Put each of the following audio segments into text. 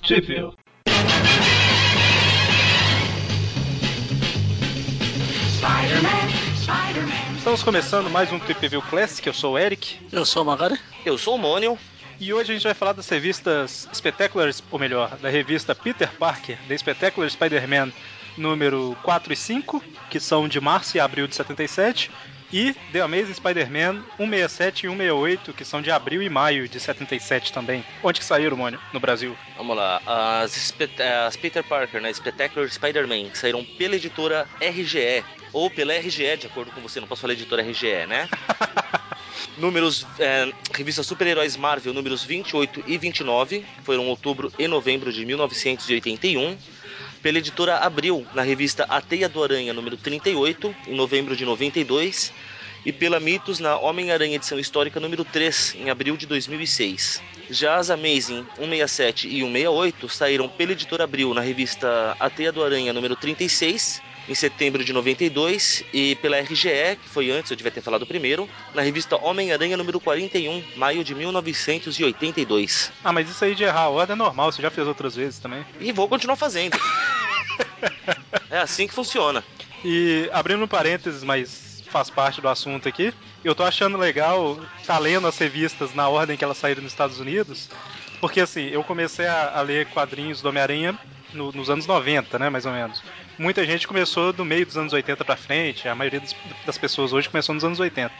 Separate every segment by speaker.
Speaker 1: Possível. Estamos começando mais um TPV Classic, eu sou o Eric.
Speaker 2: Eu sou o Magari.
Speaker 3: Eu sou o Mônio.
Speaker 1: E hoje a gente vai falar das revistas Spectacular, ou melhor, da revista Peter Parker, The Spectacular Spider-Man número 4 e 5, que são de março e abril de 77, e The Amazing Spider-Man 167 e 168, que são de abril e maio de 77 também. Onde que saíram, Mônio? No Brasil.
Speaker 3: Vamos lá, as, Spet- as Peter Parker, né, Spectacular Spider-Man, que saíram pela editora RGE, ou pela RGE, de acordo com você, não posso falar editora RGE, né? Números, é, revista Super-Heróis Marvel, números 28 e 29, foram outubro e novembro de 1981. Pela editora Abril, na revista A Teia do Aranha, número 38, em novembro de 92. E pela Mitos, na Homem-Aranha Edição Histórica, número 3, em abril de 2006. Já as Amazing 167 e 168 saíram pela editora Abril, na revista A Teia do Aranha, número 36, em setembro de 92 e pela RGE, que foi antes, eu devia ter falado primeiro, na revista Homem-Aranha número 41, maio de 1982.
Speaker 1: Ah, mas isso aí de errar a ordem é normal, você já fez outras vezes também.
Speaker 3: E vou continuar fazendo. é assim que funciona.
Speaker 1: E abrindo um parênteses, mas faz parte do assunto aqui, eu tô achando legal tá lendo as revistas na ordem que elas saíram nos Estados Unidos, porque assim, eu comecei a, a ler quadrinhos do Homem-Aranha no- nos anos 90, né, mais ou menos. Muita gente começou do meio dos anos 80 pra frente, a maioria das, das pessoas hoje começou nos anos 80.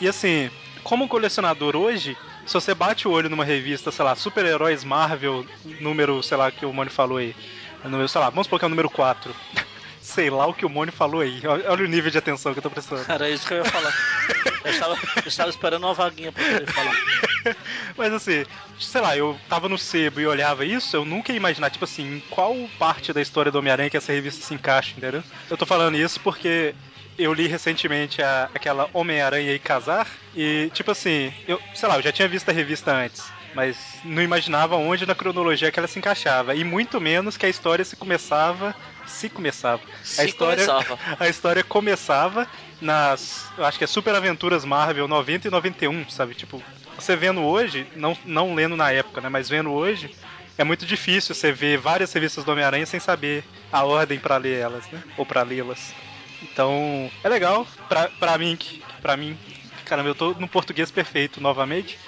Speaker 1: E assim, como colecionador hoje, se você bate o olho numa revista, sei lá, Super-Heróis Marvel, número, sei lá, que o Mônio falou aí, é o número, sei lá, vamos supor que é o número 4. Sei lá o que o Mônio falou aí. Olha olha o nível de atenção que eu tô prestando.
Speaker 2: Cara, é isso que eu ia falar. Eu estava, eu estava esperando uma vaguinha pra poder falar.
Speaker 1: Mas assim, sei lá, eu tava no sebo e olhava isso, eu nunca ia imaginar, tipo assim, em qual parte da história do Homem-Aranha que essa revista se encaixa, entendeu? Eu tô falando isso porque eu li recentemente a- aquela Homem-Aranha e Casar, e tipo assim, eu, sei lá, eu já tinha visto a revista antes. Mas não imaginava onde na cronologia que ela se encaixava. E muito menos que a história se começava. Se começava.
Speaker 3: Se
Speaker 1: a história
Speaker 3: começava.
Speaker 1: a história começava nas, eu acho que é Super Aventuras Marvel 90 e 91, sabe? Tipo, você vendo hoje, não, não lendo na época, né? Mas vendo hoje, é muito difícil você ver várias revistas do Homem-Aranha sem saber a ordem pra ler elas, né? Ou pra lê-las. Então, é legal pra, pra mim, que- pra mim, caramba, eu tô no português perfeito novamente.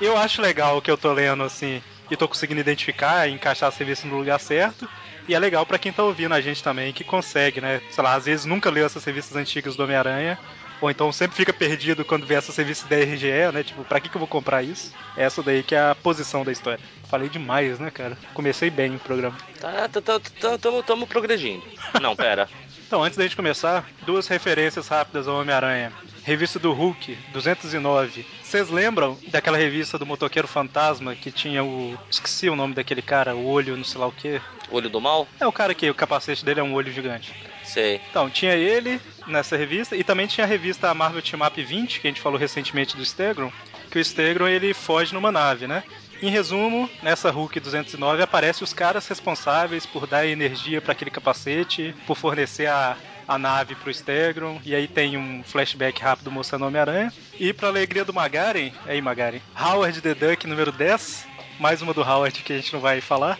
Speaker 1: Eu acho legal o que eu tô lendo, assim, e tô conseguindo identificar e encaixar as revistas no lugar certo. E é legal pra quem tá ouvindo a gente também, que consegue, né? Sei lá, às vezes nunca leu essas revistas antigas do Homem-Aranha, ou então sempre fica perdido quando vê essas revistas da RGE, né? Tipo, pra que, que eu vou comprar isso? Essa daí que é a posição da história. Falei demais, né, cara? Comecei bem o programa.
Speaker 3: Tá, tá, tá, tá, tamo, tamo progredindo. Não, pera.
Speaker 1: Então, antes da gente começar, duas referências rápidas ao Homem-Aranha. Revista do Hulk, 209. Vocês lembram daquela revista do Motoqueiro Fantasma que tinha o. Esqueci o nome daquele cara, o olho, não sei lá o quê.
Speaker 3: Olho do mal?
Speaker 1: É o cara que o capacete dele é um olho gigante.
Speaker 3: Sei.
Speaker 1: Então, tinha ele nessa revista e também tinha a revista Marvel Team Up 20, que a gente falou recentemente do Stegron, que o Stegron ele foge numa nave, né? Em resumo, nessa Hulk 209 aparece os caras responsáveis por dar energia para aquele capacete, por fornecer a, a nave pro Stegron, e aí tem um flashback rápido mostrando o Homem-Aranha. E pra alegria do Magaren, aí Magaren, Howard the Duck número 10, mais uma do Howard que a gente não vai falar.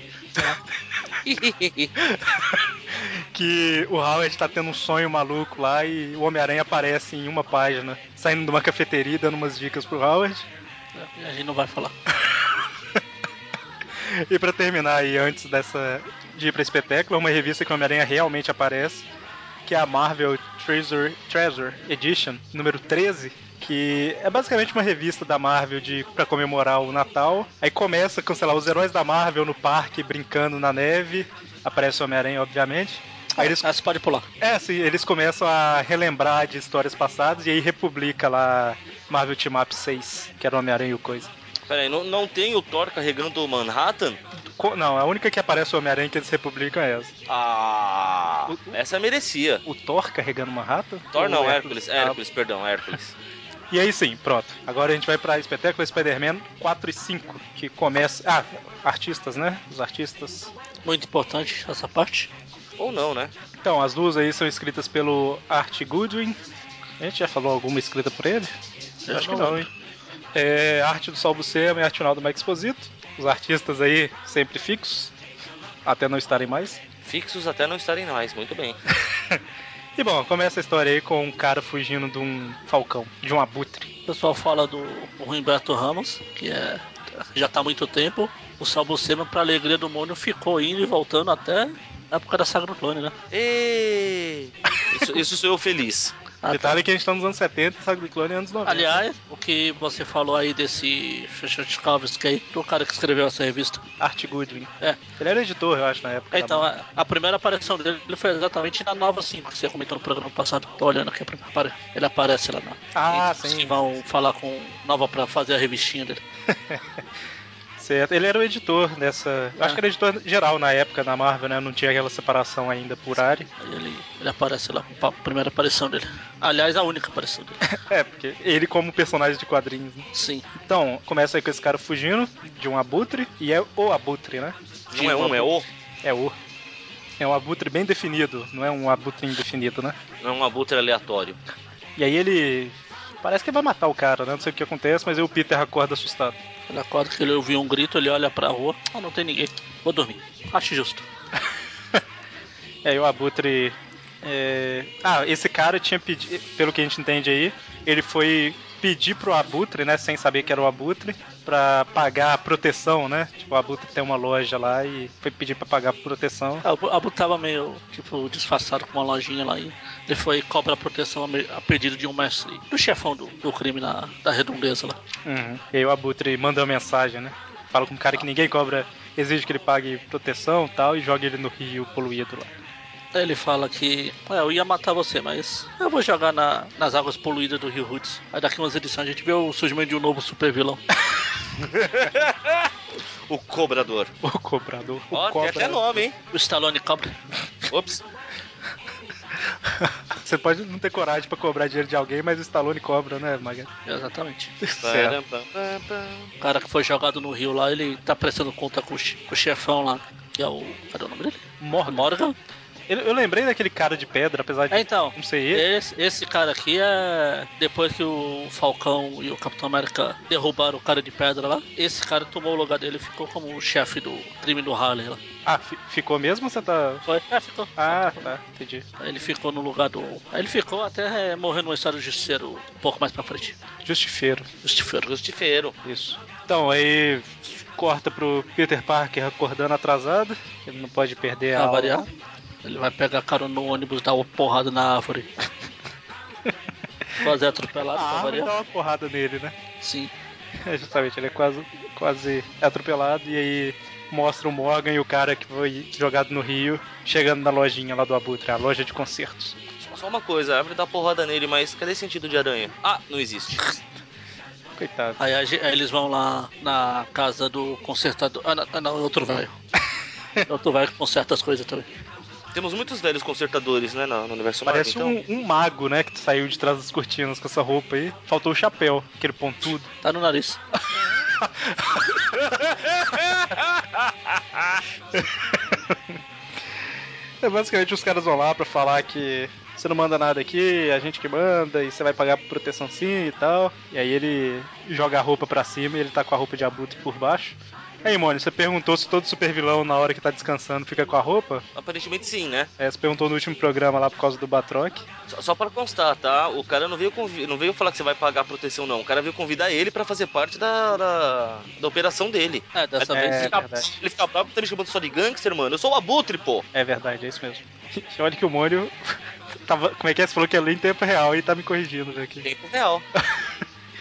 Speaker 1: que o Howard tá tendo um sonho maluco lá e o Homem-Aranha aparece em uma página, saindo de uma cafeteria e dando umas dicas pro Howard.
Speaker 2: A gente não vai falar.
Speaker 1: E pra terminar aí, antes dessa de ir pra espetáculo, uma revista que o Homem-Aranha realmente aparece, que é a Marvel Treasure, Treasure Edition, número 13, que é basicamente uma revista da Marvel de para comemorar o Natal. Aí começa com, sei lá, os heróis da Marvel no parque brincando na neve. Aparece o Homem-Aranha, obviamente. Aí eles
Speaker 2: Ah, você pode pular.
Speaker 1: É, sim, eles começam a relembrar de histórias passadas e aí republica lá Marvel Team Up 6, que era o Homem-Aranha e o Coisa.
Speaker 3: Pera aí, não, não tem o Thor carregando o Manhattan?
Speaker 1: Co- não, a única que aparece o Homem-Aranha que eles republicam é essa.
Speaker 3: Ah, essa merecia.
Speaker 1: O Thor carregando uma rata?
Speaker 3: Thor
Speaker 1: Ou
Speaker 3: não, é
Speaker 1: o
Speaker 3: Hércules.
Speaker 1: Ah,
Speaker 3: Hércules, perdão, Hércules.
Speaker 1: E aí sim, pronto. Agora a gente vai pra Espetáculo Spider-Man 4 e 5, que começa... Ah, artistas, né? Os artistas.
Speaker 2: Muito importante essa parte.
Speaker 3: Ou não, né?
Speaker 1: Então, as duas aí são escritas pelo Art Goodwin. A gente já falou alguma escrita por ele?
Speaker 2: Eu
Speaker 1: acho que não, hein? É, arte do Sol Buscema e arte final do Mike Exposito. os artistas aí sempre fixos, até não estarem mais.
Speaker 3: Fixos até não estarem mais, muito bem.
Speaker 1: e bom, começa a história aí com um cara fugindo de um falcão, de um abutre.
Speaker 2: O pessoal fala do Humberto Ramos, que é já está há muito tempo. O Salbucema, para alegria do mundo, ficou indo e voltando até a época da Sagra do Clone, né?
Speaker 3: Ei! Isso, isso sou eu feliz.
Speaker 1: Ah, Detalhe tá. que a gente tá nos anos 70 e Saga do Clone anos 90.
Speaker 2: Aliás, o que você falou aí desse Tchaikovsky aí, do cara que escreveu essa revista?
Speaker 1: Art Goodwin.
Speaker 2: É.
Speaker 1: Ele era editor, eu acho, na época.
Speaker 2: Então, a, a, primeira aparição dele foi exatamente na Nova 5, que você comentou no programa passado. Tô olhando aqui, ele aparece lá na...
Speaker 1: Ah, sim.
Speaker 2: Eles vão falar com Nova pra fazer a revistinha dele.
Speaker 1: Certo. Ele era o editor dessa.
Speaker 2: Ah.
Speaker 1: É. Acho que era editor geral na época na Marvel, né? Não tinha aquela separação ainda por área.
Speaker 2: Ele, ele aparece lá com a primeira aparição dele. Aliás, a única aparição dele.
Speaker 1: é, porque ele como personagem de quadrinhos. Né?
Speaker 2: Sim.
Speaker 1: Então, começa aí com esse cara fugindo de um abutre. E é o abutre, né?
Speaker 3: Não é um, é o.
Speaker 1: É o. É um abutre bem definido, não é um abutre indefinido, né?
Speaker 3: Não é um abutre aleatório.
Speaker 1: E aí ele Parece que vai matar o cara, né? Não sei o que acontece, mas aí o Peter acorda assustado.
Speaker 2: Ele acorda que ele ouviu um grito, ele olha pra rua. Ah, não tem ninguém. Vou dormir. Acho justo.
Speaker 1: é, aí o Abutre. É... Ah, esse cara tinha pedido. Pelo que a gente entende aí, ele foi pedir pro Abutre, né? Sem saber que era o Abutre, pra pagar a proteção, né? Tipo, o Abutre tem uma loja lá e foi pedir pra pagar a proteção.
Speaker 2: É, O Abutre tava meio, tipo, disfarçado com uma lojinha lá e ele foi cobrar a proteção a pedido de um mestre, do chefão do, do crime na, da redondeza lá.
Speaker 1: Uhum. E aí o Abutre manda uma mensagem, né? Fala com um cara que ninguém cobra, exige que ele pague proteção e tal, e joga ele no rio poluído lá.
Speaker 2: Ele fala que é, eu ia matar você, mas eu vou jogar na, nas águas poluídas do Rio Hoods. Aí daqui umas edições a gente vê o surgimento de um novo super vilão.
Speaker 3: o Cobrador.
Speaker 1: O Cobrador. O
Speaker 3: Ó, cobrador. tem até nome, hein?
Speaker 2: O Stallone Cobra.
Speaker 3: Ops.
Speaker 1: Você pode não ter coragem para cobrar dinheiro de alguém, mas o Stallone cobra, né, Maga?
Speaker 2: Exatamente. Certo. O cara que foi jogado no rio lá, ele tá prestando conta com o, com o chefão lá, que é o. Cadê o nome dele?
Speaker 1: Morgan.
Speaker 2: Morgan.
Speaker 1: Eu lembrei daquele cara de pedra, apesar de
Speaker 2: é, então,
Speaker 1: não ser ele.
Speaker 2: Esse, esse, cara aqui é. Depois que o Falcão e o Capitão América derrubaram o cara de pedra lá, esse cara tomou o lugar dele e ficou como o chefe do crime do Harley lá.
Speaker 1: Ah, ficou mesmo ou você tá.
Speaker 2: Foi? É, ficou.
Speaker 1: Ah, tá, entendi.
Speaker 2: Aí ele ficou no lugar do. Aí ele ficou até é, morrer numa história do justiceiro um pouco mais pra frente.
Speaker 1: Justifeiro.
Speaker 2: Justifeiro.
Speaker 3: Justifeiro.
Speaker 1: Isso. Então, aí corta pro Peter Parker acordando atrasado. Ele não pode perder a.
Speaker 2: Ah, variar. Ele vai pegar carona no ônibus, dar uma porrada na árvore. quase atropelado.
Speaker 1: A árvore dá uma porrada nele, né?
Speaker 2: Sim.
Speaker 1: É, justamente, ele é quase, quase atropelado e aí mostra o Morgan e o cara que foi jogado no rio chegando na lojinha lá do Abutre, a loja de concertos.
Speaker 3: Só uma coisa, a árvore dá porrada nele, mas cadê sentido de aranha? Ah, não existe.
Speaker 1: Coitado.
Speaker 2: Aí, aí eles vão lá na casa do consertador. Ah, não, não outro velho. É outro velho que conserta as coisas também.
Speaker 3: Temos muitos velhos consertadores, né, no, universo
Speaker 1: Parece
Speaker 3: Marvel.
Speaker 1: Parece um, então. um, mago, né, que saiu de trás das cortinas com essa roupa aí. Faltou o chapéu, aquele pontudo.
Speaker 2: Tá no nariz.
Speaker 1: é basicamente os caras vão lá pra falar que você não manda nada aqui, é a gente que manda, e você vai pagar por proteção sim e tal. E aí ele joga a roupa pra cima e ele tá com a roupa de abutre por baixo. Aí, Mônio, você perguntou se todo supervilão na hora que tá descansando fica com a roupa?
Speaker 3: Aparentemente sim, né?
Speaker 1: É, você perguntou no último programa lá por causa do Batroc.
Speaker 3: Só, só para constar, tá? O cara não veio, não veio falar que você vai pagar proteção, não. O cara veio convidar ele para fazer parte da, da, da, operação dele.
Speaker 2: É, dessa
Speaker 1: é,
Speaker 2: vez.
Speaker 1: É
Speaker 3: ele, fica, ele fica bravo tá me chamando só de gangster, mano. Eu sou o Abutre, pô.
Speaker 1: É verdade, é isso mesmo. Olha que o Mônio. Tava, como é que é? Você falou que ia ler em tempo real e tá me corrigindo já aqui.
Speaker 3: Tempo real.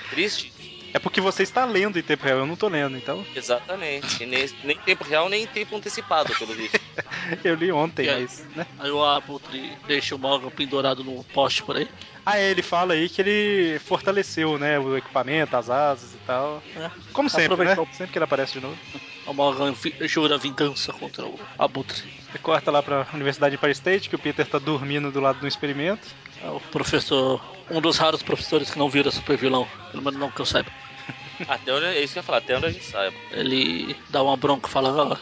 Speaker 3: Triste.
Speaker 1: É porque você está lendo em tempo real, eu não estou lendo, então.
Speaker 3: Exatamente. Nem, nem tempo real, nem tempo antecipado, pelo visto.
Speaker 1: eu li ontem, aí, mas. Né?
Speaker 2: Aí o Abutre deixa o Morgan pendurado no poste por aí.
Speaker 1: Ah, é, ele fala aí que ele fortaleceu, né, o equipamento, as asas e tal. É. Como sempre, né? Sempre que ele aparece de novo.
Speaker 2: O Morgan jura vingança contra o Abutre.
Speaker 1: Ele corta lá pra Universidade de Paris State, que o Peter está dormindo do lado do experimento.
Speaker 2: É o professor um dos raros professores que não vira super vilão, pelo menos não que eu saiba.
Speaker 3: Até onde, é isso que eu ia falar, até onde a gente saiba.
Speaker 2: Ele dá uma bronca e fala,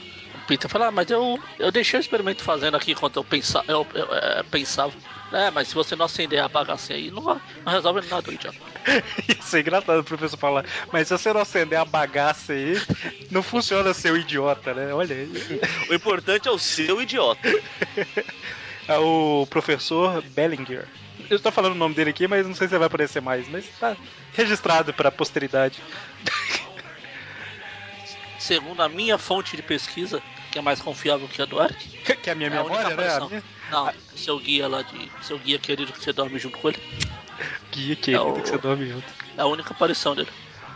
Speaker 2: Peter fala, ah, mas eu, eu deixei o experimento fazendo aqui enquanto eu, pensa, eu, eu, é, pensava. É, mas se você não acender a bagaça aí, não, vai- não resolve nada, idiota.
Speaker 1: Isso é engraçado o professor falar. Mas se você não acender a bagaça aí, não funciona seu idiota, né? Olha aí.
Speaker 3: O importante é o seu idiota.
Speaker 1: É o professor Bellinger. Eu estou falando o nome dele aqui, mas não sei se vai aparecer mais. Mas tá registrado para a posteridade.
Speaker 2: Segundo a minha fonte de pesquisa, que é mais confiável que a do Eric,
Speaker 1: Que é a minha
Speaker 2: É a única
Speaker 1: memória, né? A
Speaker 2: aparição.
Speaker 1: minha
Speaker 2: não, seu guia lá de. Seu guia querido que você dorme junto com ele,
Speaker 1: guia querida
Speaker 2: o-
Speaker 1: que você dorme junto.
Speaker 2: é a única aparição dele.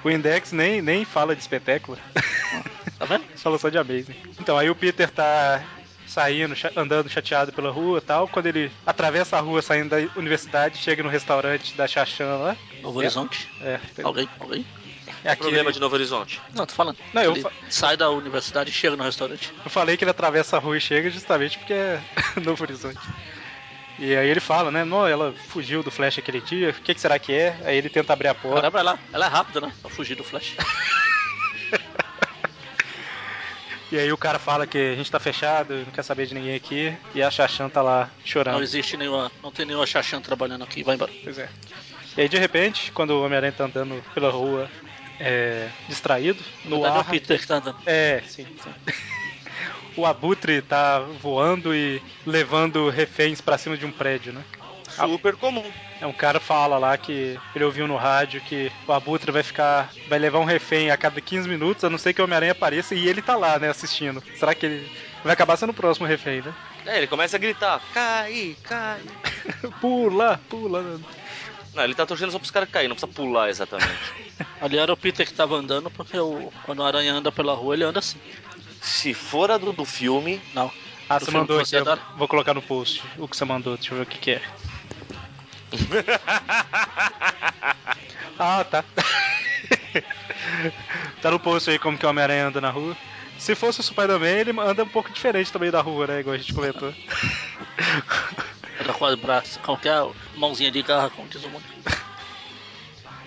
Speaker 1: O Index nem, nem fala de espetáculo.
Speaker 2: Tá vendo?
Speaker 1: Falou só de Amazing. Então, aí o Peter tá saindo, cha- andando chateado pela rua e tal. Quando ele atravessa a rua saindo da universidade, chega no restaurante da Chachan lá.
Speaker 2: Novo Horizonte?
Speaker 1: É,
Speaker 2: Alguém? Alguém?
Speaker 1: é aqui.
Speaker 3: Problema de Novo Horizonte.
Speaker 2: Não, tô falando.
Speaker 1: Não, eu
Speaker 2: ele
Speaker 1: fa-
Speaker 2: sai da universidade e chega no restaurante.
Speaker 1: Eu falei que ele atravessa a rua e chega justamente porque é Novo Horizonte. E aí ele fala, né? Não, ela fugiu do Flash aquele dia, o que, que será que é? Aí ele tenta abrir a porta.
Speaker 2: Caramba, ela, ela é rápida, né? Pra fugir do Flash.
Speaker 1: E aí o cara fala que a gente tá fechado, não quer saber de ninguém aqui. E a Chachan tá lá
Speaker 2: Não
Speaker 1: chorando.
Speaker 2: existe nenhuma. Não tem nenhuma Xaxã trabalhando aqui, vai embora.
Speaker 1: Pois é. E aí de repente, quando o Homem-Aranha tá andando pela rua é, distraído,
Speaker 2: Na
Speaker 1: no
Speaker 2: verdade,
Speaker 1: ar.
Speaker 2: é o Peter que tá andando.
Speaker 1: É, sim, sim. O Abutre tá voando e levando reféns pra cima de um prédio, né?
Speaker 3: Super comum.
Speaker 1: É um cara fala lá que ele ouviu no rádio que o Abutre vai ficar. vai levar um refém a cada 15 minutos, a não ser que o Homem-Aranha apareça e ele tá lá, né, assistindo. Será que ele vai acabar sendo o próximo refém, né?
Speaker 3: É, ele começa a gritar: cai, cai.
Speaker 1: Pula, pula.
Speaker 3: Não, ele tá torcendo só pros caras caírem, não precisa pular exatamente.
Speaker 2: Ali era o Peter que tava andando, porque o, quando o aranha anda pela rua, ele anda assim.
Speaker 3: Se for a do, do filme,
Speaker 2: Não.
Speaker 1: Ah,
Speaker 2: Do
Speaker 1: você
Speaker 2: filme
Speaker 1: mandou
Speaker 2: que
Speaker 1: aqui.
Speaker 2: você
Speaker 1: Eu
Speaker 2: adora?
Speaker 1: vou colocar no post o que você mandou, deixa eu ver o que, que é. ah, tá. tá no post aí como que o Homem-Aranha anda na rua. Se fosse o Spider-Man, ele anda um pouco diferente também da rua, né? Igual a gente comentou.
Speaker 2: Anda com o braço, com que é a mãozinha de garra, como diz o mundo.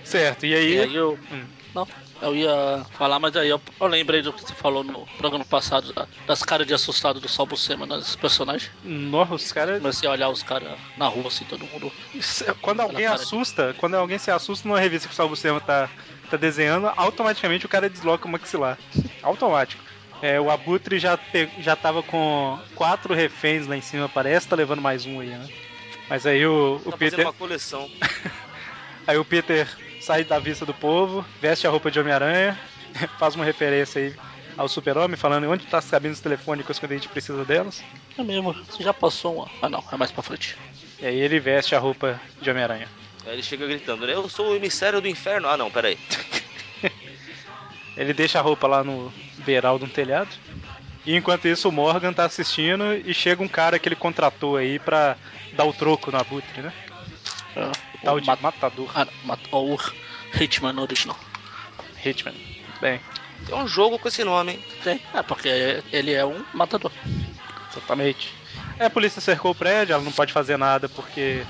Speaker 1: Certo, e
Speaker 2: E,
Speaker 1: aí.
Speaker 2: aí eu.
Speaker 1: Hum.
Speaker 2: Não, eu ia falar, mas aí eu, eu lembrei do que você falou no programa passado, da- das caras de assustado do Sol Buscema, né, dos personagens.
Speaker 1: Nossa, os caras.
Speaker 2: Comecei a olhar os caras na rua, assim, todo mundo.
Speaker 1: se- Quando
Speaker 2: Olha
Speaker 1: alguém
Speaker 2: a cara de-
Speaker 1: assusta, quando alguém se assusta numa revista que o Salvo Sema tá, tá desenhando, automaticamente o cara desloca o maxilar. Automático. É, o Abutre já, pe- já tava com quatro reféns lá em cima, parece, tá levando mais um aí, né? Mas aí o, o
Speaker 3: tá fazendo
Speaker 1: Peter.
Speaker 3: uma coleção.
Speaker 1: Aí o Peter sai da vista do povo, veste a roupa de Homem-Aranha, faz uma referência aí ao super-homem, falando onde tá as cabines telefônicas quando a gente precisa delas.
Speaker 2: É mesmo, você já passou uma. Ah, não, é mais pra frente.
Speaker 1: E aí ele veste a roupa de Homem-Aranha.
Speaker 3: Aí ele chega gritando: né? Eu sou o emissário do inferno. Ah, não, peraí.
Speaker 1: Ele deixa a roupa lá no beiral de um telhado. E enquanto isso, o Morgan tá assistindo e chega um cara que ele contratou aí pra dar o troco na Butre, né?
Speaker 2: É,
Speaker 1: Tá O tal
Speaker 2: o
Speaker 1: de
Speaker 2: Mat-
Speaker 1: Matador
Speaker 2: ah, não, Mat- o Hitman original.
Speaker 1: Hitman. Bem,
Speaker 3: Tem um jogo com esse nome, hein?
Speaker 2: Tem, é porque ele é um matador.
Speaker 1: exatamente. É, a polícia cercou o prédio, ela não pode fazer nada porque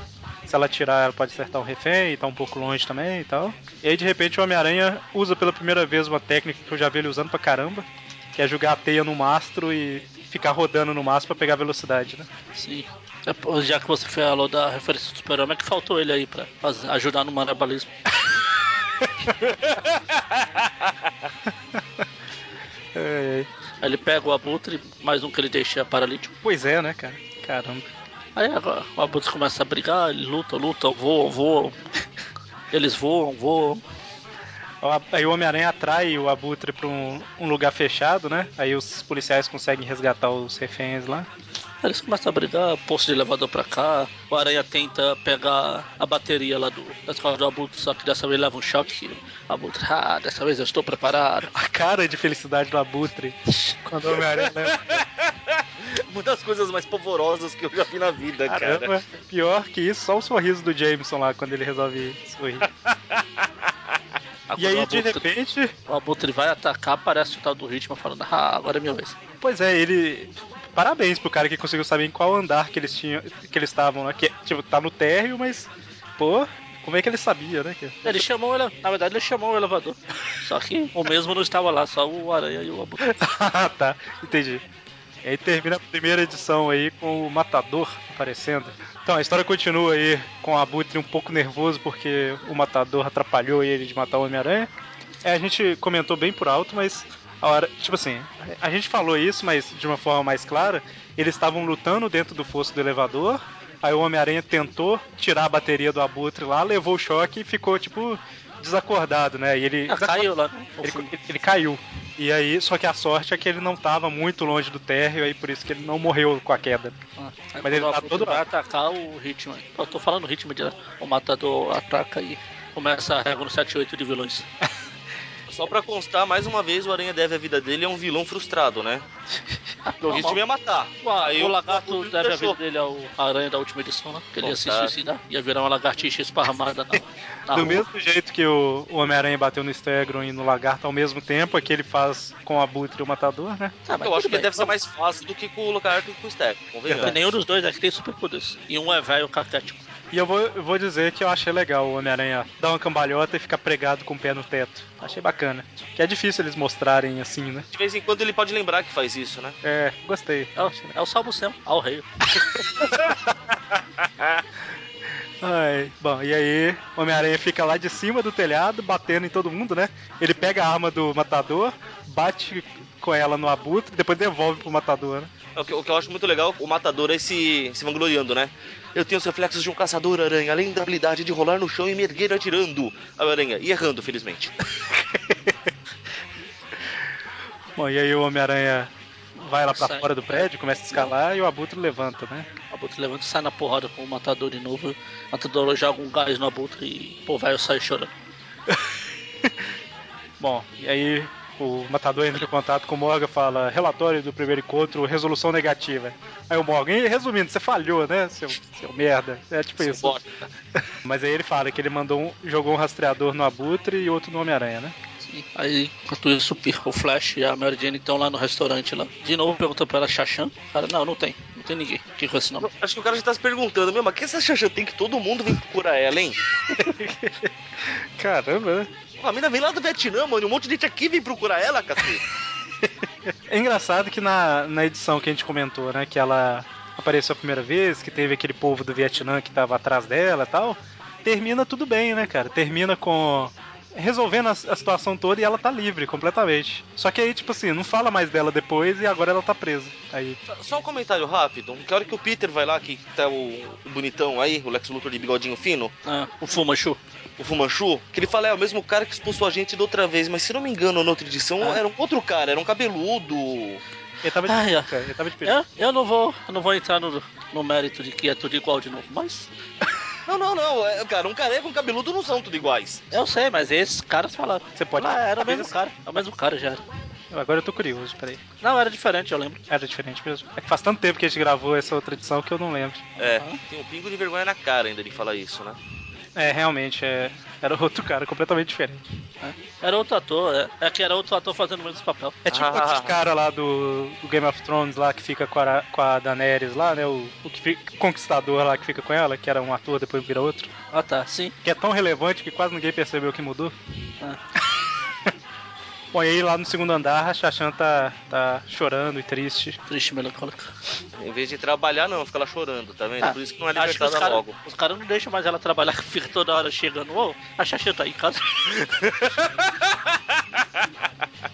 Speaker 1: se ela tirar, ela pode acertar um refém e tá um pouco longe também e tal. E aí, de repente, o Homem-Aranha usa pela primeira vez uma técnica que eu já vi ele usando pra caramba, que é jogar a teia no mastro e ficar rodando no mastro pra pegar velocidade, né?
Speaker 2: Sim. É, pô, já que você falou da referência do super-homem, é que faltou ele aí pra fazer- ajudar no marabalismo.
Speaker 1: É, é.
Speaker 2: Aí ele pega o abutre, mais um que ele deixa paralítico.
Speaker 1: Pois é, né, cara? Caramba.
Speaker 2: Aí agora o abutre começa a brigar, ele luta, luta, voam, voam. Eles voam, voam.
Speaker 1: Aí o Homem-Aranha atrai o Abutre pra um, um lugar fechado, né? Aí os policiais conseguem resgatar os reféns lá.
Speaker 2: Eles começam a brigar, posto de elevador pra cá. O Aranha tenta pegar a bateria lá do, da escola do Abutre, só que dessa vez leva um choque. O Abutre, ah, dessa vez eu estou preparado.
Speaker 1: A cara de felicidade do Abutre quando o Homem-Aranha leva.
Speaker 3: Uma das coisas mais pavorosas que eu já vi na vida, cara.
Speaker 1: Caramba, pior que isso, só o sorriso do Jameson lá quando ele resolve sorrir.
Speaker 2: Aí
Speaker 1: E
Speaker 2: Ah, quando o
Speaker 1: aí, de
Speaker 2: Abutre-
Speaker 1: repente,
Speaker 2: O Abutre vai atacar, aparece o tal do ritmo falando, ah, agora é minha vez.
Speaker 1: pois é, ele. Parabéns pro cara que conseguiu saber em qual andar que eles tinham. que eles estavam, né? Que, tipo, tá no térreo, mas. Pô, como é que ele sabia, né? que-
Speaker 2: Ele chamou o ele... Na verdade, ele chamou o elevador. Só que o mesmo não estava lá, só o Aranha e o Abutre.
Speaker 1: Ah, tá, entendi. E aí termina a primeira edição aí com o Matador aparecendo. Então a história continua aí com o Abutre um pouco nervoso porque o Matador atrapalhou ele de matar o Homem-Aranha. É, a gente comentou bem por alto, mas a hora, tipo assim, a gente falou isso, mas de uma forma mais clara, eles estavam lutando dentro do fosso do elevador. Aí o Homem-Aranha tentou tirar a bateria do Abutre lá, levou o choque e ficou tipo desacordado, né? E ele
Speaker 2: Ah, caiu lá.
Speaker 1: ele, ele- ele caiu. E aí, só que a sorte é que ele não tava muito longe do térreo, aí por isso que ele não morreu com a queda.
Speaker 2: Ah, Aí
Speaker 1: Mas ele
Speaker 2: quando
Speaker 1: tá
Speaker 2: o Abutre
Speaker 1: todo
Speaker 2: vai
Speaker 1: lá.
Speaker 2: atacar o ritmo. Eu tô falando o ritmo de o matador ataca e começa a régua no 7-8 de vilões.
Speaker 3: Só pra constar, mais uma vez, o Aranha deve a vida dele a um vilão frustrado, né? O
Speaker 2: Normal.
Speaker 3: ritmo ia matar. Aí
Speaker 2: Ah, o lagarto
Speaker 3: Abutre
Speaker 2: deve a vida
Speaker 3: deixou.
Speaker 2: dele ao aranha da última edição, né? Que ele ia se
Speaker 3: Coitado.
Speaker 2: suicidar, ia virar uma lagartixa esparramada na, na
Speaker 1: do
Speaker 2: rua.
Speaker 1: mesmo jeito que o o Homem-Aranha bateu no Stegron e no Lagarto ao mesmo tempo, é que ele faz com a Abutre e o Matador, né?
Speaker 2: Ah, mas
Speaker 3: Eu
Speaker 2: tudo
Speaker 3: acho que
Speaker 2: bem,
Speaker 3: deve ser
Speaker 2: vamos-
Speaker 3: mais fácil do que com o Lagarto e com o Stack,
Speaker 2: Porque
Speaker 3: convenhamos.
Speaker 2: nenhum dos dois aqui tem superpoderes. E um é velho caquético.
Speaker 1: E eu vou, eu vou dizer que eu achei legal o Homem-Aranha dar uma cambalhota e ficar pregado com o pé no teto. Achei bacana. Que é difícil eles mostrarem assim, né?
Speaker 3: De vez em quando ele pode lembrar que faz isso, né?
Speaker 1: É, gostei.
Speaker 2: É o, é o Salmo Sam, ao rei.
Speaker 1: Ai, bom, e aí o Homem-Aranha fica lá de cima do telhado, batendo em todo mundo, né? Ele pega a arma do matador, bate com ela no abutre e depois devolve pro matador, né?
Speaker 3: É O que, o que eu acho muito legal, o matador é se, se vangloriando, né? Eu tenho os reflexos de um caçador aranha, além da habilidade de rolar no chão e me erguer atirando a aranha. E errando, felizmente.
Speaker 1: Bom, e aí o Homem-Aranha vai lá pra
Speaker 2: Sai.
Speaker 1: fora do prédio, começa a escalar e o abutre levanta, né?
Speaker 2: O Abutre levanta e sai na porrada com o Matador de novo. O Matador joga um gás no Abutre e pô, o velho sai chorando.
Speaker 1: Bom, e aí o matador entra em contato com o Morgan fala: relatório do primeiro encontro, resolução negativa. Aí o Morgan, e resumindo, você falhou, né, seu, seu merda? É tipo isso.
Speaker 3: Bora.
Speaker 1: Mas aí ele fala que ele mandou um, jogou um rastreador no Abutre e outro no Homem-Aranha, né?
Speaker 2: Sim. Aí, enquanto isso, o Flash e a Mary Jane estão lá no restaurante lá. De novo perguntou pra ela Xaxã. Cara, não, não tem. Não tem ninguém. Que com esse nome?
Speaker 3: Acho que o cara já tá se perguntando, meu, mas que essa Xaxã tem que todo mundo vem procurar ela, hein?
Speaker 1: Caramba, né?
Speaker 3: A mina vem lá do Vietnã, mano, e um monte de gente aqui vem procurar ela, cacete.
Speaker 1: É engraçado que na, na edição que a gente comentou, né, que ela apareceu a primeira vez, que teve aquele povo do Vietnã que tava atrás dela e tal, termina tudo bem, né, cara? Termina com. resolvendo a, a situação toda e ela tá livre completamente. Só que aí, tipo assim, não fala mais dela depois e agora ela tá presa. Aí.
Speaker 3: Só- Só um comentário rápido. Que hora que o Peter vai lá, que tá o, o bonitão aí, o Lex Luthor de bigodinho fino,
Speaker 2: Ah, o Fumanchu.
Speaker 3: o Fumanchu, que ele fala, é o mesmo cara que expulsou a gente da outra vez, mas se não me engano, na outra edição
Speaker 2: Ah.
Speaker 3: era um outro cara, era um cabeludo.
Speaker 1: Ele tava de
Speaker 2: Ai, ó. Ah,
Speaker 1: peruca, ele tava de peruca.
Speaker 2: Eu, É? eu não vou. Eu não vou entrar no, no mérito de que é tudo igual de novo, mas.
Speaker 3: Não, não, não, é, cara, um careca e um cabeludo não são tudo iguais.
Speaker 2: Eu sei, mas esses caras falaram.
Speaker 1: Você pode.
Speaker 2: Ah, era o mesmo
Speaker 1: Talvez-
Speaker 2: cara. É o mesmo cara já era.
Speaker 1: Agora eu tô curioso, peraí.
Speaker 2: Não, era diferente, eu lembro.
Speaker 1: Era diferente mesmo. É que faz tanto tempo que a gente gravou essa outra edição que eu não lembro.
Speaker 3: É,
Speaker 2: Aham.
Speaker 3: tem um pingo de vergonha na cara ainda de falar isso, né?
Speaker 1: É, realmente, é... era outro cara completamente diferente.
Speaker 2: É. Era outro ator, é, é que era outro ator fazendo o mesmo papel.
Speaker 1: É tipo
Speaker 3: Ah.
Speaker 1: aquele cara lá do, do Game of Thrones lá que fica com a, com a Daenerys lá, né? O, o que fica- conquistador lá que fica com ela, que era um ator, depois vira outro.
Speaker 2: Ah tá, sim.
Speaker 1: Que é tão relevante que quase ninguém percebeu que mudou.
Speaker 2: Ah.
Speaker 1: Bom, e aí lá no segundo andar a Shashan tá, tá chorando e triste.
Speaker 2: Triste melancólica.
Speaker 3: Em vez de trabalhar, não, fica lá chorando, tá vendo?
Speaker 2: Ah,
Speaker 3: Por isso que não é
Speaker 2: Acho que os
Speaker 3: libertada
Speaker 2: caras
Speaker 3: logo.
Speaker 2: cara não deixam mais ela trabalhar, que fica toda hora chegando. Ô, a Xaxã tá aí em casa.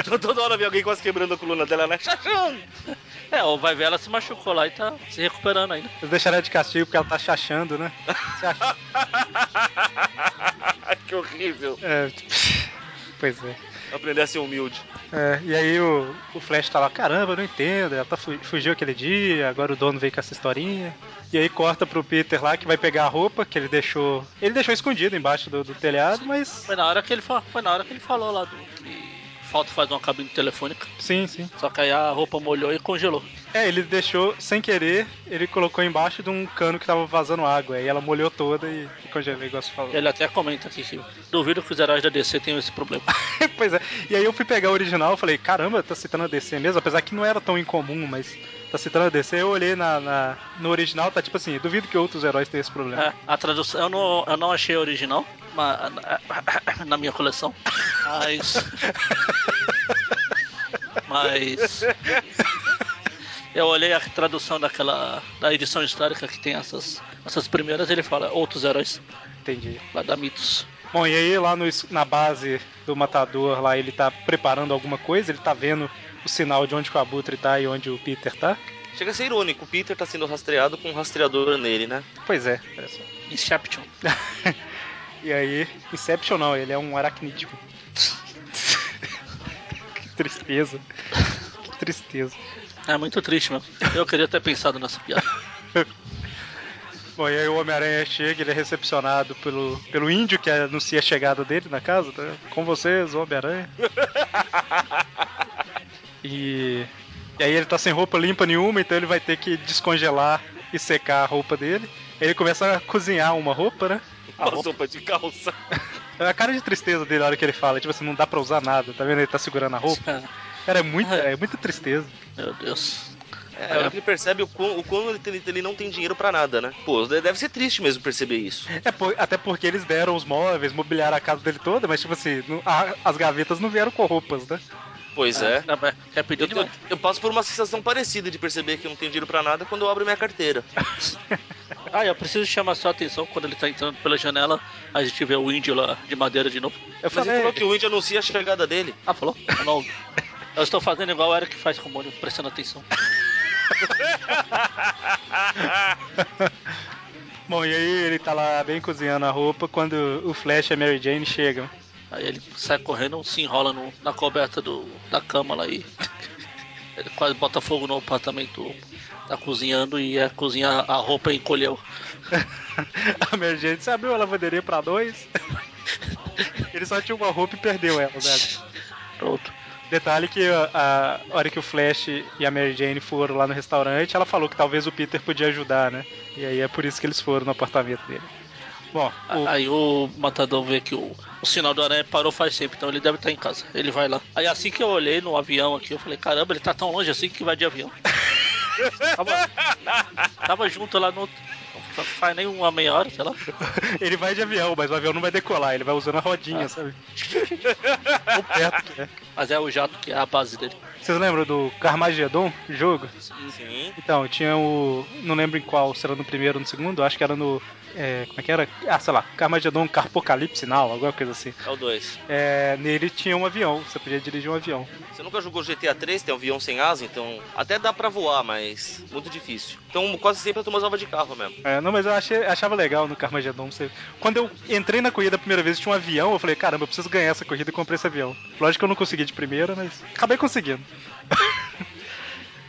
Speaker 3: Então, Toda hora vem alguém quase quebrando a coluna dela, né? Xaxão!
Speaker 2: É, ou vai ver, ela se machucou lá e tá se recuperando ainda.
Speaker 1: Eles deixaram ela de castigo porque ela tá chachando, né? Se ach-
Speaker 3: que horrível.
Speaker 1: é, pois é.
Speaker 3: Aprender a ser humilde.
Speaker 1: É, e aí o, o Flash tá lá, caramba, eu não entendo, ela tá fu- fugiu aquele dia, agora o dono veio com essa historinha. E aí corta pro Peter lá que vai pegar a roupa que ele deixou. Ele deixou escondido embaixo do, do telhado, mas.
Speaker 2: Foi na hora que ele falou, foi na hora que ele falou lá do que falta fazer uma cabine telefônica.
Speaker 1: Sim, sim.
Speaker 2: Só que aí a roupa molhou e congelou.
Speaker 1: É, ele deixou sem querer, ele colocou embaixo de um cano que tava vazando água. Aí ela molhou toda e e congelou, igual você falou.
Speaker 2: Ele até comenta aqui que duvido que os heróis da DC tenham esse problema.
Speaker 1: pois é. E aí eu fui pegar o original e falei, caramba, tá citando a DC mesmo? Apesar que não era tão incomum, mas tá citando a DC. Eu olhei na, na- no original, tá tipo assim, duvido que outros heróis tenham esse problema.
Speaker 2: É, a tradução eu não, eu não achei a original mas, na, na minha coleção, mas mas. Eu olhei a tradução daquela da edição histórica que tem essas, essas primeiras, ele fala outros heróis
Speaker 1: Entendi.
Speaker 2: lá da Mitos.
Speaker 1: Bom, e aí lá no, es- na base do Matador, lá ele tá preparando alguma coisa, ele tá vendo o sinal de onde que o Abutre tá e onde o Peter tá?
Speaker 3: Chega a ser irônico, o Peter tá sendo rastreado com um rastreador nele, né?
Speaker 1: Pois é. é só-
Speaker 2: Inception.
Speaker 1: E aí, Inception não, ele é um aracnídeo. que tristeza. Que tristeza.
Speaker 2: É muito triste, meu. Eu queria ter pensado nessa piada.
Speaker 1: Bom, e aí o Homem-Aranha chega, ele é recepcionado pelo, pelo índio que anuncia a chegada dele na casa, tá? Com vocês, o Homem-Aranha. e, e aí ele tá sem roupa limpa nenhuma, então ele vai ter que descongelar e secar a roupa dele. Ele começa a cozinhar uma roupa, né? A
Speaker 3: Uma
Speaker 1: roupa-
Speaker 3: sopa de calça.
Speaker 1: a cara de tristeza dele na hora que ele fala, tipo assim, não dá pra usar nada, tá vendo? Ele tá segurando a roupa. Cara, é muita, é muita tristeza.
Speaker 2: Meu Deus.
Speaker 3: É, a hora que ele percebe o quão, o quão ele, tem- ele não tem dinheiro pra nada, né? Pô, deve ser triste mesmo perceber isso.
Speaker 1: É por- até porque eles deram os móveis, mobiliaram a casa dele toda, mas tipo assim, não- a- as gavetas não vieram com roupas, né?
Speaker 3: Pois é.
Speaker 2: Ah, vai. Quer
Speaker 3: Eu,
Speaker 2: pedir
Speaker 3: eu,
Speaker 2: demais.
Speaker 3: eu passo por uma sensação parecida de perceber que eu não tenho dinheiro pra nada quando eu abro minha carteira.
Speaker 2: Ah, eu preciso chamar sua atenção quando ele tá entrando pela janela. A gente vê o índio lá de madeira de novo.
Speaker 1: Eu
Speaker 3: Mas ele
Speaker 1: falei,
Speaker 3: falou que o índio anuncia a chegada dele.
Speaker 2: Ah, falou? Eu não ouvi. Eu estou fazendo igual o Eric faz com o Mônio, prestando atenção.
Speaker 1: bom, e aí ele tá lá bem cozinhando a roupa quando o Flash e a Mary Jane chegam.
Speaker 2: Aí ele sai correndo, se enrola no- na coberta do, da cama lá e ele quase bota fogo no apartamento. Tá cozinhando e a cozinha, a roupa encolheu.
Speaker 1: a Mary Jane, você abriu a lavanderia pra dois? ele só tinha uma roupa e perdeu ela, né?
Speaker 2: Pronto.
Speaker 1: Detalhe que a, a hora que o Flash e a Mary Jane foram lá no restaurante, ela falou que talvez o Peter podia ajudar, né? E aí é por isso que eles foram no apartamento dele. Bom,
Speaker 2: A-
Speaker 1: o-
Speaker 2: Aí o matador vê que o, o sinal do aranha parou faz tempo, então ele deve estar em casa. Ele vai lá. Aí assim que eu olhei no avião aqui, eu falei, caramba, ele tá tão longe assim que vai de avião. tava, tava junto lá no. não Faz nem uma meia hora, sei lá.
Speaker 1: ele vai de avião, mas o avião não vai decolar, ele vai usando a rodinha,
Speaker 2: Ah.
Speaker 1: sabe? Tão perto que é.
Speaker 2: Mas é o jato que é a base dele.
Speaker 1: Vocês lembram do Carmageddon, jogo?
Speaker 3: Sim.
Speaker 1: Então, tinha o. Não lembro em qual, se era no primeiro ou no segundo, acho que era no. é, como é que era? Ah, sei lá, Carmageddon Carpocalipse Now, alguma coisa assim.
Speaker 3: É o 2.
Speaker 1: É, nele tinha um avião, você podia dirigir um avião.
Speaker 3: Você nunca jogou GTA 3, tem um avião sem asa, então até dá pra voar, mas muito difícil. Então quase sempre eu tomo usava de carro mesmo.
Speaker 1: É, não, mas eu achei- achava legal no Carmageddon. Você... Quando eu entrei na corrida a primeira vez tinha um avião, eu falei, caramba, eu preciso ganhar essa corrida e comprei esse avião. Lógico que eu não consegui de primeira, mas acabei conseguindo.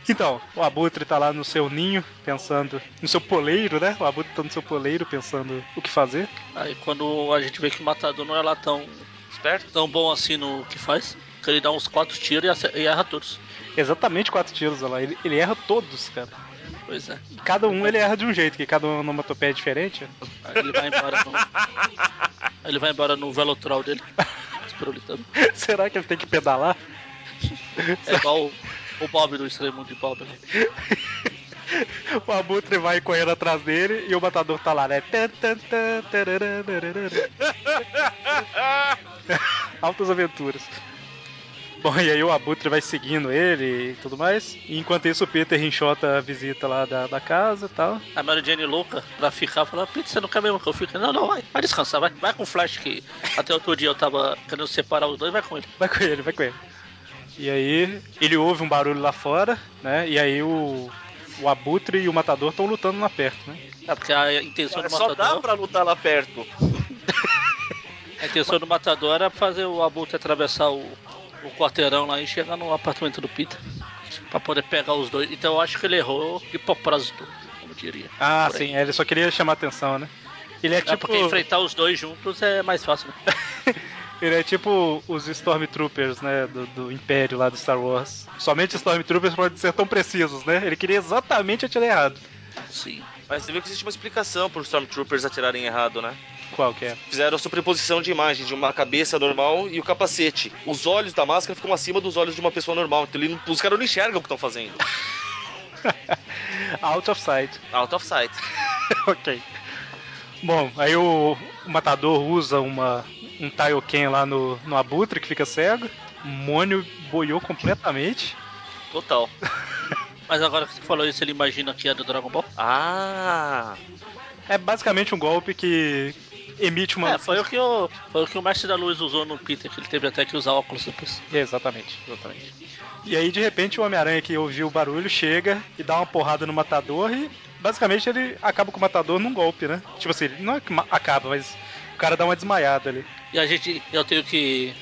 Speaker 1: então, o Abutre tá lá no seu ninho, pensando. No seu poleiro, né? O Abutre tá no seu poleiro pensando o que fazer.
Speaker 2: Aí quando a gente vê que o matador não é lá tão,
Speaker 3: Esperto?
Speaker 2: tão bom assim no que faz, que ele dá uns quatro tiros e ace- e erra todos.
Speaker 1: Exatamente quatro tiros, olha lá. Ele, ele erra todos, cara.
Speaker 2: Pois é.
Speaker 1: E cada um ele erra de um jeito, que cada um numa é diferente.
Speaker 2: Aí ele vai embora no. Ele vai embora no velotrol dele. Esprolitando.
Speaker 1: Será que ele tem que pedalar?
Speaker 2: É igual o, o Bob do extremo de Bob. né?
Speaker 1: O Abutre vai correndo atrás dele e o matador tá lá, né? Tan, tan, tan, tararã, tararã. Altas aventuras. Bom, e aí o Abutre vai seguindo ele e tudo mais. E enquanto isso, o Peter enxota a visita lá da, da casa e tal.
Speaker 2: A Mary Jane é louca pra ficar, fala, Peter, você não quer mesmo que eu fique? Não, não, vai, vai descansar, vai. Vai com o Flash que até outro dia eu tava querendo separar os dois, vai com ele.
Speaker 1: Vai com ele, vai com ele. E aí ele ouve um barulho lá fora, né? E aí o, o Abutre e o Matador estão lutando lá perto, né?
Speaker 2: É porque a intenção do
Speaker 3: Só dá
Speaker 2: matador. é
Speaker 3: pra lutar lá perto.
Speaker 2: A intenção do matador era fazer o Abutre atravessar o, o quarteirão lá e chegar no apartamento do Peter. Pra poder pegar os dois. Então eu acho que ele errou de propósito, como diria.
Speaker 1: Ah,
Speaker 2: Por aí.
Speaker 1: sim, ele só queria chamar atenção, né? Ele é
Speaker 2: É
Speaker 1: tipo.
Speaker 2: porque enfrentar os dois juntos é mais fácil, né?
Speaker 1: Ele é tipo os Stormtroopers, né? Do, do Império lá do Star Wars. Somente Stormtroopers podem ser tão precisos, né? Ele queria exatamente atirar errado.
Speaker 2: Sim.
Speaker 3: Mas você viu que existe uma explicação por Stormtroopers atirarem errado, né?
Speaker 1: Qual que é?
Speaker 3: Fizeram a sobreposição de imagens de uma cabeça normal e o capacete. Os olhos da máscara ficam acima dos olhos de uma pessoa normal. Então ele, os caras não enxergam o que estão fazendo.
Speaker 1: Out of sight.
Speaker 3: Ah, Out of sight.
Speaker 1: ok. Bom, aí o, o matador usa uma, um Taioken lá no, no abutre que fica cego. Mônio boiou completamente.
Speaker 2: Total. Mas agora que você falou isso, ele imagina que é do Dragon Ball?
Speaker 3: Ah!
Speaker 1: É basicamente um golpe que emite uma.
Speaker 2: É, foi o, que o, foi o que o Mestre da Luz usou no Peter, que ele teve até que usar óculos depois.
Speaker 1: É, Exatamente, exatamente. E aí, de repente, o Homem-Aranha que ouviu o barulho chega e dá uma porrada no matador e basicamente ele acaba com o matador num golpe, né? Tipo assim, ele não é que ma- acaba, mas o cara dá uma desmaiada ali.
Speaker 2: E a gente, eu tenho que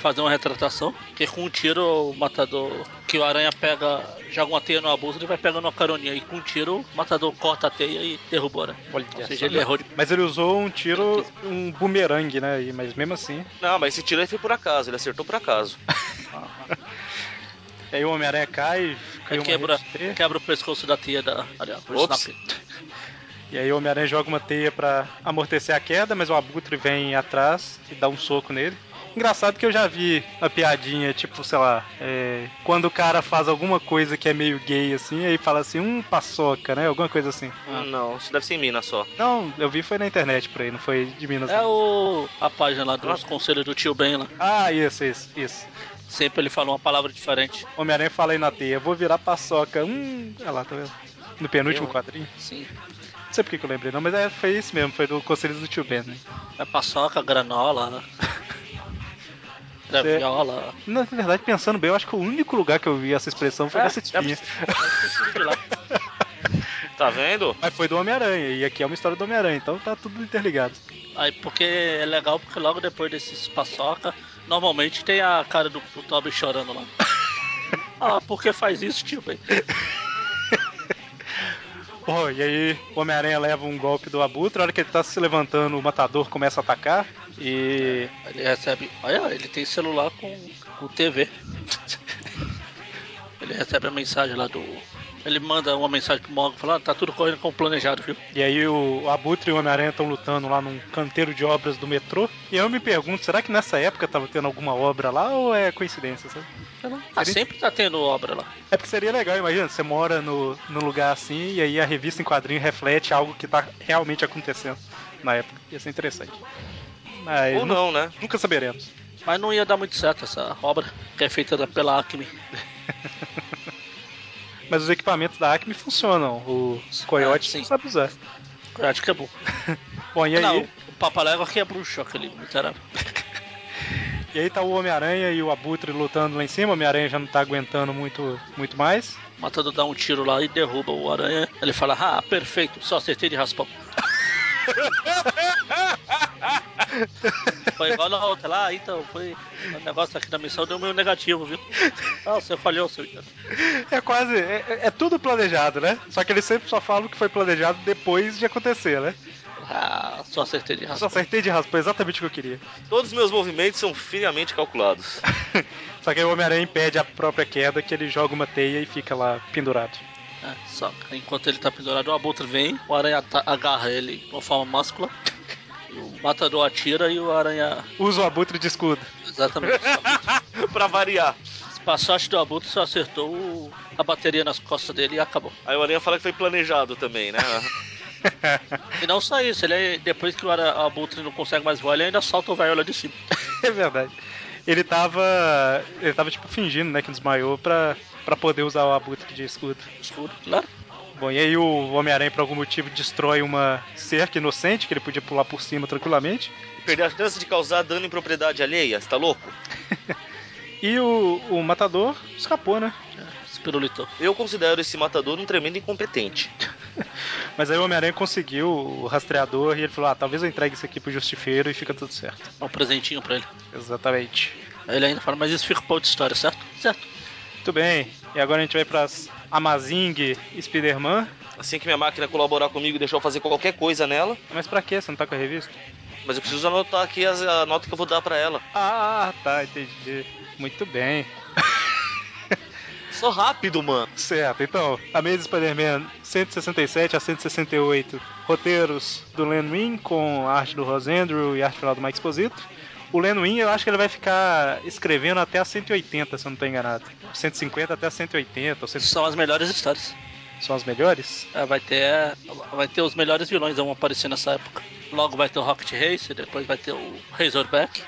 Speaker 2: fazer uma retratação, porque com um tiro o matador, que o aranha pega, joga uma teia no abuso, ele vai pegando uma caroninha, e com um tiro o matador corta a teia e derruba o aranha. Ou seja, ele é errou de...
Speaker 1: Mas ele usou um tiro, um bumerangue, né? E- Mas mesmo assim.
Speaker 3: Não, mas esse tiro aí foi por acaso, ele acertou por acaso.
Speaker 1: Aí o Homem-Aranha cai, cai
Speaker 2: Aí
Speaker 1: uma
Speaker 2: quebra,
Speaker 1: RST,
Speaker 2: quebra o pescoço da teia da. Aliás, por
Speaker 3: Ops.
Speaker 2: snap.
Speaker 1: E aí o Homem-Aranha joga uma teia pra amortecer a queda, mas o Abutre vem atrás e dá um soco nele. Engraçado que eu já vi uma piadinha, tipo, sei lá, é, quando o cara faz alguma coisa que é meio gay assim, aí fala assim, um paçoca, né? Alguma coisa assim.
Speaker 2: Ah.
Speaker 3: Não, isso deve ser em Minas só.
Speaker 1: Não, eu vi foi na internet por aí, não foi de Minas.
Speaker 2: É
Speaker 1: não.
Speaker 2: o, a página lá dos conselhos do tio Ben lá.
Speaker 1: Ah, isso, isso, isso.
Speaker 2: Sempre ele fala uma palavra diferente.
Speaker 1: Homem-Aranha fala aí na teia, vou virar paçoca. Hum, olha lá, tá vendo? No penúltimo
Speaker 3: Eu-
Speaker 1: quadrinho.
Speaker 2: Sim.
Speaker 1: Não sei por que que eu lembrei, não, mas é, foi isso mesmo, foi do Conselho do Tio Ben, né?
Speaker 2: É paçoca, granola, graviola.
Speaker 1: Na verdade, pensando bem, eu acho que o único lugar que eu vi essa expressão foi
Speaker 2: É,
Speaker 1: nessa
Speaker 2: já
Speaker 1: tirinha.
Speaker 2: de lá.
Speaker 3: Tá vendo?
Speaker 1: Mas foi do Homem-Aranha, e aqui é uma história do Homem-Aranha, então tá tudo interligado.
Speaker 2: Aí porque é legal porque logo depois desses paçoca, normalmente tem a cara do, do Toby chorando lá. Ah, por que faz isso, tio Ben?
Speaker 1: Pô, e aí o Homem-Aranha leva um golpe do Abutre, a hora que ele tá se levantando, o matador começa a atacar, e.
Speaker 2: Ele recebe. Olha, ele tem celular com, com TV. Ele recebe a mensagem lá do. Ele manda uma mensagem pro Morgan falando, ah, tá tudo correndo como planejado, viu?
Speaker 1: E aí o Abutre e o Homem-Aranha estão lutando lá num canteiro de obras do metrô. E eu me pergunto, será que nessa época tava tendo alguma obra lá ou é coincidência, sabe?
Speaker 2: Ah, sempre tá tendo obra lá.
Speaker 1: É porque seria legal, imagina, você mora no, num lugar assim e aí a revista em quadrinho reflete algo que tá realmente acontecendo na época. Ia ser interessante. Mas
Speaker 3: Ou
Speaker 1: nu-
Speaker 3: não, né?
Speaker 1: nunca saberemos.
Speaker 2: Mas não ia dar muito certo essa obra, que é feita da- pela Acme.
Speaker 1: Mas os equipamentos da Acme funcionam. O
Speaker 2: Ah,
Speaker 1: Coyote
Speaker 2: sim.
Speaker 1: não sabe usar.
Speaker 2: Eu acho que é bom.
Speaker 1: Bom, e aí,
Speaker 2: Não, o Papalégua que é bruxo, aquele miserável.
Speaker 1: e aí tá o Homem-Aranha e o Abutre lutando lá em cima. O Homem-Aranha já não tá aguentando muito, muito mais.
Speaker 2: O matador dá um tiro lá e derruba o aranha. Ele fala, ah, perfeito, só acertei de raspão. foi igual na outra lá, então foi. O negócio aqui da missão deu meio negativo, viu? Ah, você falhou, seu idiota.
Speaker 1: É quase. É, é- é tudo planejado, né? Só que eles sempre só falam que foi planejado depois de acontecer, né?
Speaker 2: Ah, só acertei de
Speaker 1: Eu só
Speaker 2: raspão.
Speaker 1: acertei de raspão exatamente o que eu queria.
Speaker 3: Todos os meus movimentos são friamente calculados.
Speaker 1: Só que aí o Homem-Aranha impede a própria queda, que ele joga uma teia e fica lá pendurado.
Speaker 2: É, só. Enquanto ele tá pendurado, o abutre vem, o aranha ata- agarra ele de uma forma máscula. E o matador atira e o aranha.
Speaker 1: Usa o abutre de escudo.
Speaker 2: Exatamente.
Speaker 3: pra variar.
Speaker 2: Esse passaste do abutre só acertou o- a bateria nas costas dele e acabou.
Speaker 3: Aí o Aranha fala que foi planejado também, né?
Speaker 2: E não só isso, ele é- depois que o Ara- o Abutre não consegue mais voar, ele ainda solta o Viola de cima.
Speaker 1: é verdade. Ele tava. Ele tava tipo fingindo, né, que desmaiou pra, pra poder usar o abutre de escudo.
Speaker 2: Escuro, claro.
Speaker 1: Bom, e aí o Homem-Aranha, por algum motivo, destrói uma cerca inocente que ele podia pular por cima tranquilamente.
Speaker 3: Perder a chance de causar dano em propriedade alheia, você tá louco?
Speaker 1: E o, o matador escapou, né?
Speaker 2: Espirulitou.
Speaker 3: Eu considero esse matador um tremendo incompetente.
Speaker 1: Mas aí o Homem-Aranha conseguiu o rastreador e ele falou: ah, talvez eu entregue isso aqui pro justifeiro e fica tudo certo.
Speaker 2: Dá um presentinho pra ele.
Speaker 1: Exatamente.
Speaker 2: Aí ele ainda fala, mas isso fica pra outra história, certo? Certo.
Speaker 1: Muito bem, e agora a gente vai pras Amazing Spider-Man.
Speaker 3: Assim que minha máquina colaborar comigo e deixar eu fazer qualquer coisa nela,
Speaker 1: Mas pra que? Você não tá com a revista?
Speaker 3: mas eu preciso anotar aqui as- a nota que eu vou dar pra ela.
Speaker 1: Ah, tá, entendi. Muito bem.
Speaker 3: Só rápido, mano.
Speaker 1: Certo, então, Amazing Spider-Man 167 a 168, roteiros do Len Wein com a arte do Ross Andrew e a arte final do Mike Exposito. O Len Wein, eu acho que ele vai ficar escrevendo até a 180, se eu não tô enganado. 150 até a 180, ou 100...
Speaker 2: São as melhores histórias.
Speaker 1: são as melhores?
Speaker 2: É, vai ter. Vai ter os melhores vilões que vão aparecer nessa época. Logo vai ter o Rocket Racer, depois vai ter o Razorback.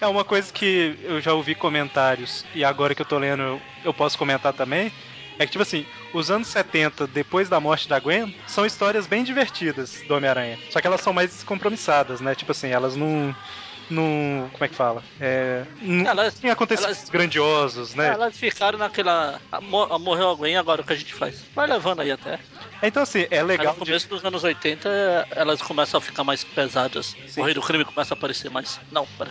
Speaker 1: é uma coisa que eu já ouvi comentários, e agora que eu tô lendo eu, eu posso comentar também. É que, tipo assim, os anos 70, depois da morte da Gwen, são histórias bem divertidas do Homem-Aranha. Só que elas são mais descompromissadas, né? Tipo assim, elas não. não como é que fala? É, não
Speaker 2: Elas-
Speaker 1: tem acontecimentos
Speaker 2: elas-
Speaker 1: grandiosos, né?
Speaker 2: Elas ficaram naquela. ah, mo- ah, Morreu alguém, agora o que a gente faz? Vai levando aí até.
Speaker 1: Então, assim, é
Speaker 2: Aí no
Speaker 1: legal. de-
Speaker 2: começo dos anos 80, elas começam a ficar mais pesadas.
Speaker 1: Sim.
Speaker 2: O rei do crime começa a aparecer mais. Não, pera.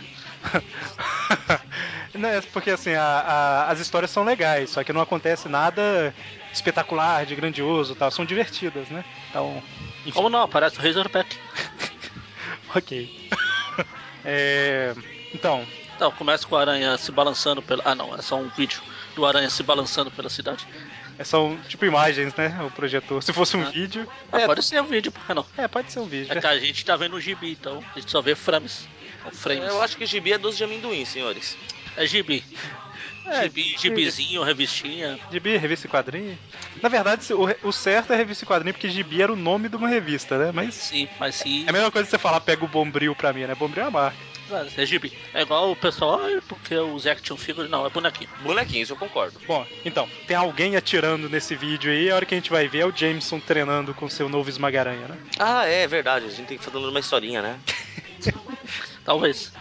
Speaker 1: né, porque assim, a- a- as histórias são legais, só que não acontece nada espetacular, de grandioso e tal, são divertidas, né? Então,
Speaker 2: Como não? Aparece o Razorback.
Speaker 1: ok. É, então,
Speaker 2: Então, começa com a aranha se balançando pela. Ah, não, é só um vídeo do aranha se balançando pela cidade.
Speaker 1: são tipo imagens, né? O projetor. Se fosse um
Speaker 2: Ah.
Speaker 1: vídeo.
Speaker 2: Ah,
Speaker 1: é,
Speaker 2: pode ser um vídeo, por que não?
Speaker 1: é, pode ser um vídeo.
Speaker 2: É que a gente tá vendo o gibi, então a gente só vê frames. Ou frames.
Speaker 3: Eu acho que gibi é doce de amendoim, senhores.
Speaker 2: É gibi.
Speaker 1: É,
Speaker 2: gibi. Gibizinho, revistinha.
Speaker 1: Gibi, revista e quadrinho. Na verdade, se- o, re- o certo é revista e quadrinho, porque Gibi era o nome de uma revista, né? Mas
Speaker 2: Sim, mas se.
Speaker 1: é a mesma coisa que você falar, pega o Bombril pra mim, né? Bombril é a marca.
Speaker 2: É gibi. É igual o pessoal, ah, porque os action figures não, é bonequinho.
Speaker 3: Bonequinho, isso eu concordo.
Speaker 1: Bom, então, tem alguém atirando nesse vídeo aí, a hora que a gente vai ver é o Jameson treinando com seu novo esmagaranha, né?
Speaker 3: Ah, é verdade, a gente tem que fazer uma historinha, né?
Speaker 2: Talvez.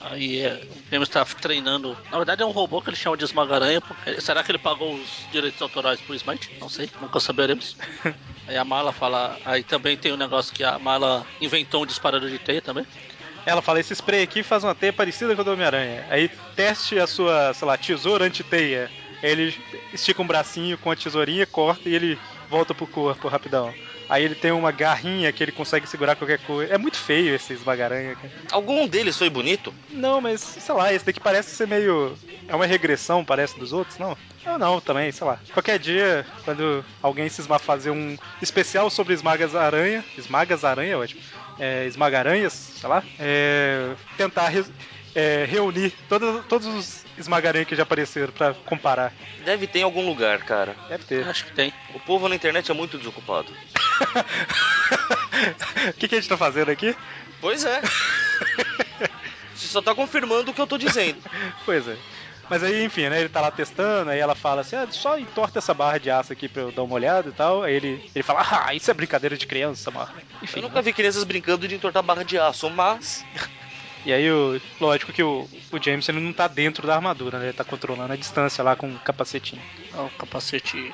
Speaker 2: Aí é, o James tá treinando. Na verdade é um robô que ele chama de esmagaranha. porque- Será que ele pagou os direitos autorais pro Smite? Não sei, nunca saberemos. Aí a Mala fala. Aí também tem um negócio que a Mala inventou um disparador de teia também.
Speaker 1: Ela fala, esse spray aqui faz uma teia parecida com a do Homem-Aranha. Aí teste a sua, sei lá, tesoura anti-teia. Aí Ele estica um bracinho com a tesourinha, corta e ele volta pro corpo rapidão. Aí ele tem uma garrinha que ele consegue segurar qualquer coisa. É muito feio esse esmagaranha, cara.
Speaker 3: Algum deles foi bonito?
Speaker 1: Não, mas sei lá, esse daqui parece ser meio. É uma regressão, parece, dos outros, não? Eu não, também, sei lá. Qualquer dia, quando alguém se esma fazer um especial sobre esmagas aranha. Esmagas aranha, é ótimo. É, esmagaranhas, sei lá. É, tentar res- é, reunir todos, todos os esmagaranhas que já apareceram pra comparar.
Speaker 3: Deve ter em algum lugar, cara.
Speaker 1: Deve ter.
Speaker 2: Acho que tem.
Speaker 3: O povo na internet é muito desocupado.
Speaker 1: O que, que a gente tá fazendo aqui?
Speaker 3: Pois é. Você só tá confirmando o que eu tô dizendo.
Speaker 1: Pois é. Mas aí, enfim, né? Ele tá lá testando, aí ela fala assim: ah, só entorta essa barra de aço aqui pra eu dar uma olhada e tal. Aí ele, ele fala: ah, isso é brincadeira de criança, mano. Enfim. né.
Speaker 3: Eu nunca vi crianças brincando de entortar barra de aço, mas.
Speaker 1: E aí, o, lógico que o, o James ele não tá dentro da armadura, né? Ele tá controlando a distância lá com o capacetinho.
Speaker 2: É um capacete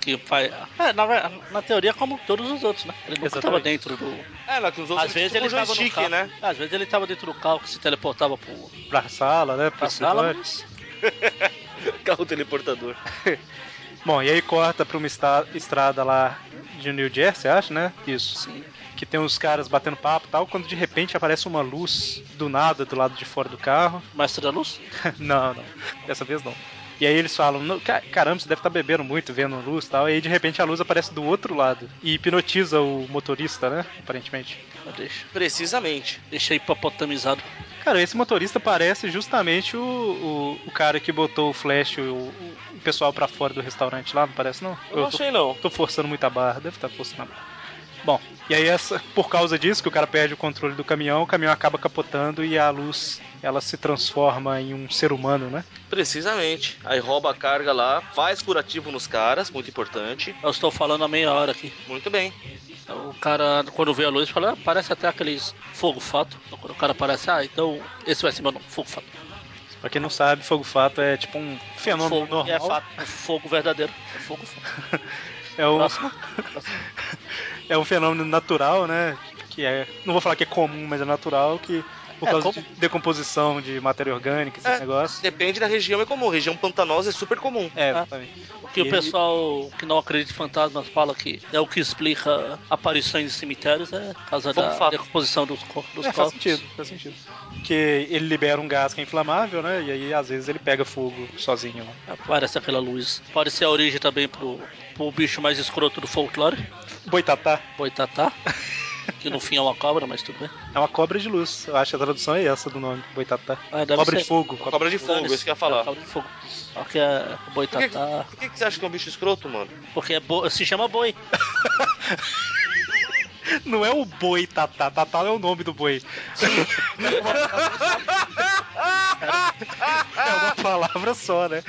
Speaker 2: que faz. É, na, ver- na teoria, como todos os outros, né? Ele nunca estava
Speaker 1: Exatamente.
Speaker 2: dentro do.
Speaker 3: É, lá que os outros
Speaker 2: Às vezes
Speaker 3: tipo
Speaker 2: ele
Speaker 3: um
Speaker 2: tava no
Speaker 3: joystick,
Speaker 2: carro,
Speaker 3: né?
Speaker 2: Às vezes ele tava dentro do carro que se teleportava pro,
Speaker 1: Pra sala, né? Pro
Speaker 2: pra sala,
Speaker 1: escritório.
Speaker 2: mas.
Speaker 3: Carro teleportador.
Speaker 1: Bom, e aí corta pra uma esta- estrada lá de New Jersey, acho, né? Isso.
Speaker 2: Sim.
Speaker 1: que tem uns caras batendo papo e tal, quando de repente aparece uma luz do nada do lado de fora do carro.
Speaker 2: Mestre da luz?
Speaker 1: não, não, dessa vez não. E aí eles falam, "Não, ca- caramba, você deve estar bebendo muito, vendo luz e tal. E aí de repente a luz aparece do outro lado e hipnotiza o motorista, né? Aparentemente.
Speaker 2: Deixa.
Speaker 3: Precisamente.
Speaker 2: Deixa hipopotamizado.
Speaker 1: Cara, esse motorista parece justamente o, o, o cara que botou o flash, o, o pessoal pra fora do restaurante lá, não parece não?
Speaker 3: Eu não
Speaker 1: tô-
Speaker 3: achei, não.
Speaker 1: Tô forçando muito a barra, deve estar forçando a barra. Bom, e aí essa, por causa disso que o cara perde o controle do caminhão, o caminhão acaba capotando e a luz ela se transforma em um ser humano, né?
Speaker 3: Precisamente. Aí rouba a carga lá, faz curativo nos caras, muito importante.
Speaker 2: Eu estou falando há meia hora aqui. Então,
Speaker 3: Muito bem.
Speaker 2: O cara, quando vê a luz, fala, ah, parece até aqueles fogo fato. Então, quando o cara aparece, ah, então esse vai ser meu nome, fogo fato.
Speaker 1: Pra quem não sabe, fogo fato é tipo um fenômeno
Speaker 2: fogo
Speaker 1: normal.
Speaker 2: é fato. Fogo verdadeiro. É fogo fato.
Speaker 1: É um,
Speaker 2: Próximo. Próximo.
Speaker 1: é um fenômeno natural, né? Que é. Não vou falar que é comum, mas é natural que. Por
Speaker 2: É,
Speaker 1: causa
Speaker 2: como-
Speaker 1: de decomposição de matéria orgânica, esses
Speaker 3: É.
Speaker 1: negócios.
Speaker 3: Depende da região, é comum. Região pantanosa é super comum.
Speaker 1: É,
Speaker 2: Ah.
Speaker 1: exatamente.
Speaker 2: O que o
Speaker 1: E-
Speaker 2: pessoal que não acredita em fantasmas fala que é o que explica aparições em cemitérios, é por causa
Speaker 3: Fogo
Speaker 2: da
Speaker 3: fato.
Speaker 2: decomposição dos, cor dos
Speaker 1: É, faz
Speaker 2: corpos.
Speaker 1: sentido, faz sentido. Porque ele libera um gás que é inflamável, né? E aí às vezes ele pega fogo sozinho. né?
Speaker 2: Aparece aquela luz. Pode ser a origem também pro, pro bicho mais escroto do folclore,
Speaker 1: Boitatá.
Speaker 2: boitatá. Que no fim é uma cobra, mas tudo bem.
Speaker 1: É uma cobra de luz. Eu acho que a tradução é essa do nome, Boitatá.
Speaker 2: Ah, deve
Speaker 1: Cobra
Speaker 2: ser.
Speaker 1: de fogo.
Speaker 3: Cobra, de fogo, isso que eu
Speaker 2: É,
Speaker 3: ia falar.
Speaker 2: cobra de fogo. Só que é boitatá.
Speaker 3: Por que, que você acha que é um bicho escroto, mano?
Speaker 2: Porque é bo... se chama boi.
Speaker 1: Não é o boi Tatá. Tatá é o nome do boi. É uma palavra só, né?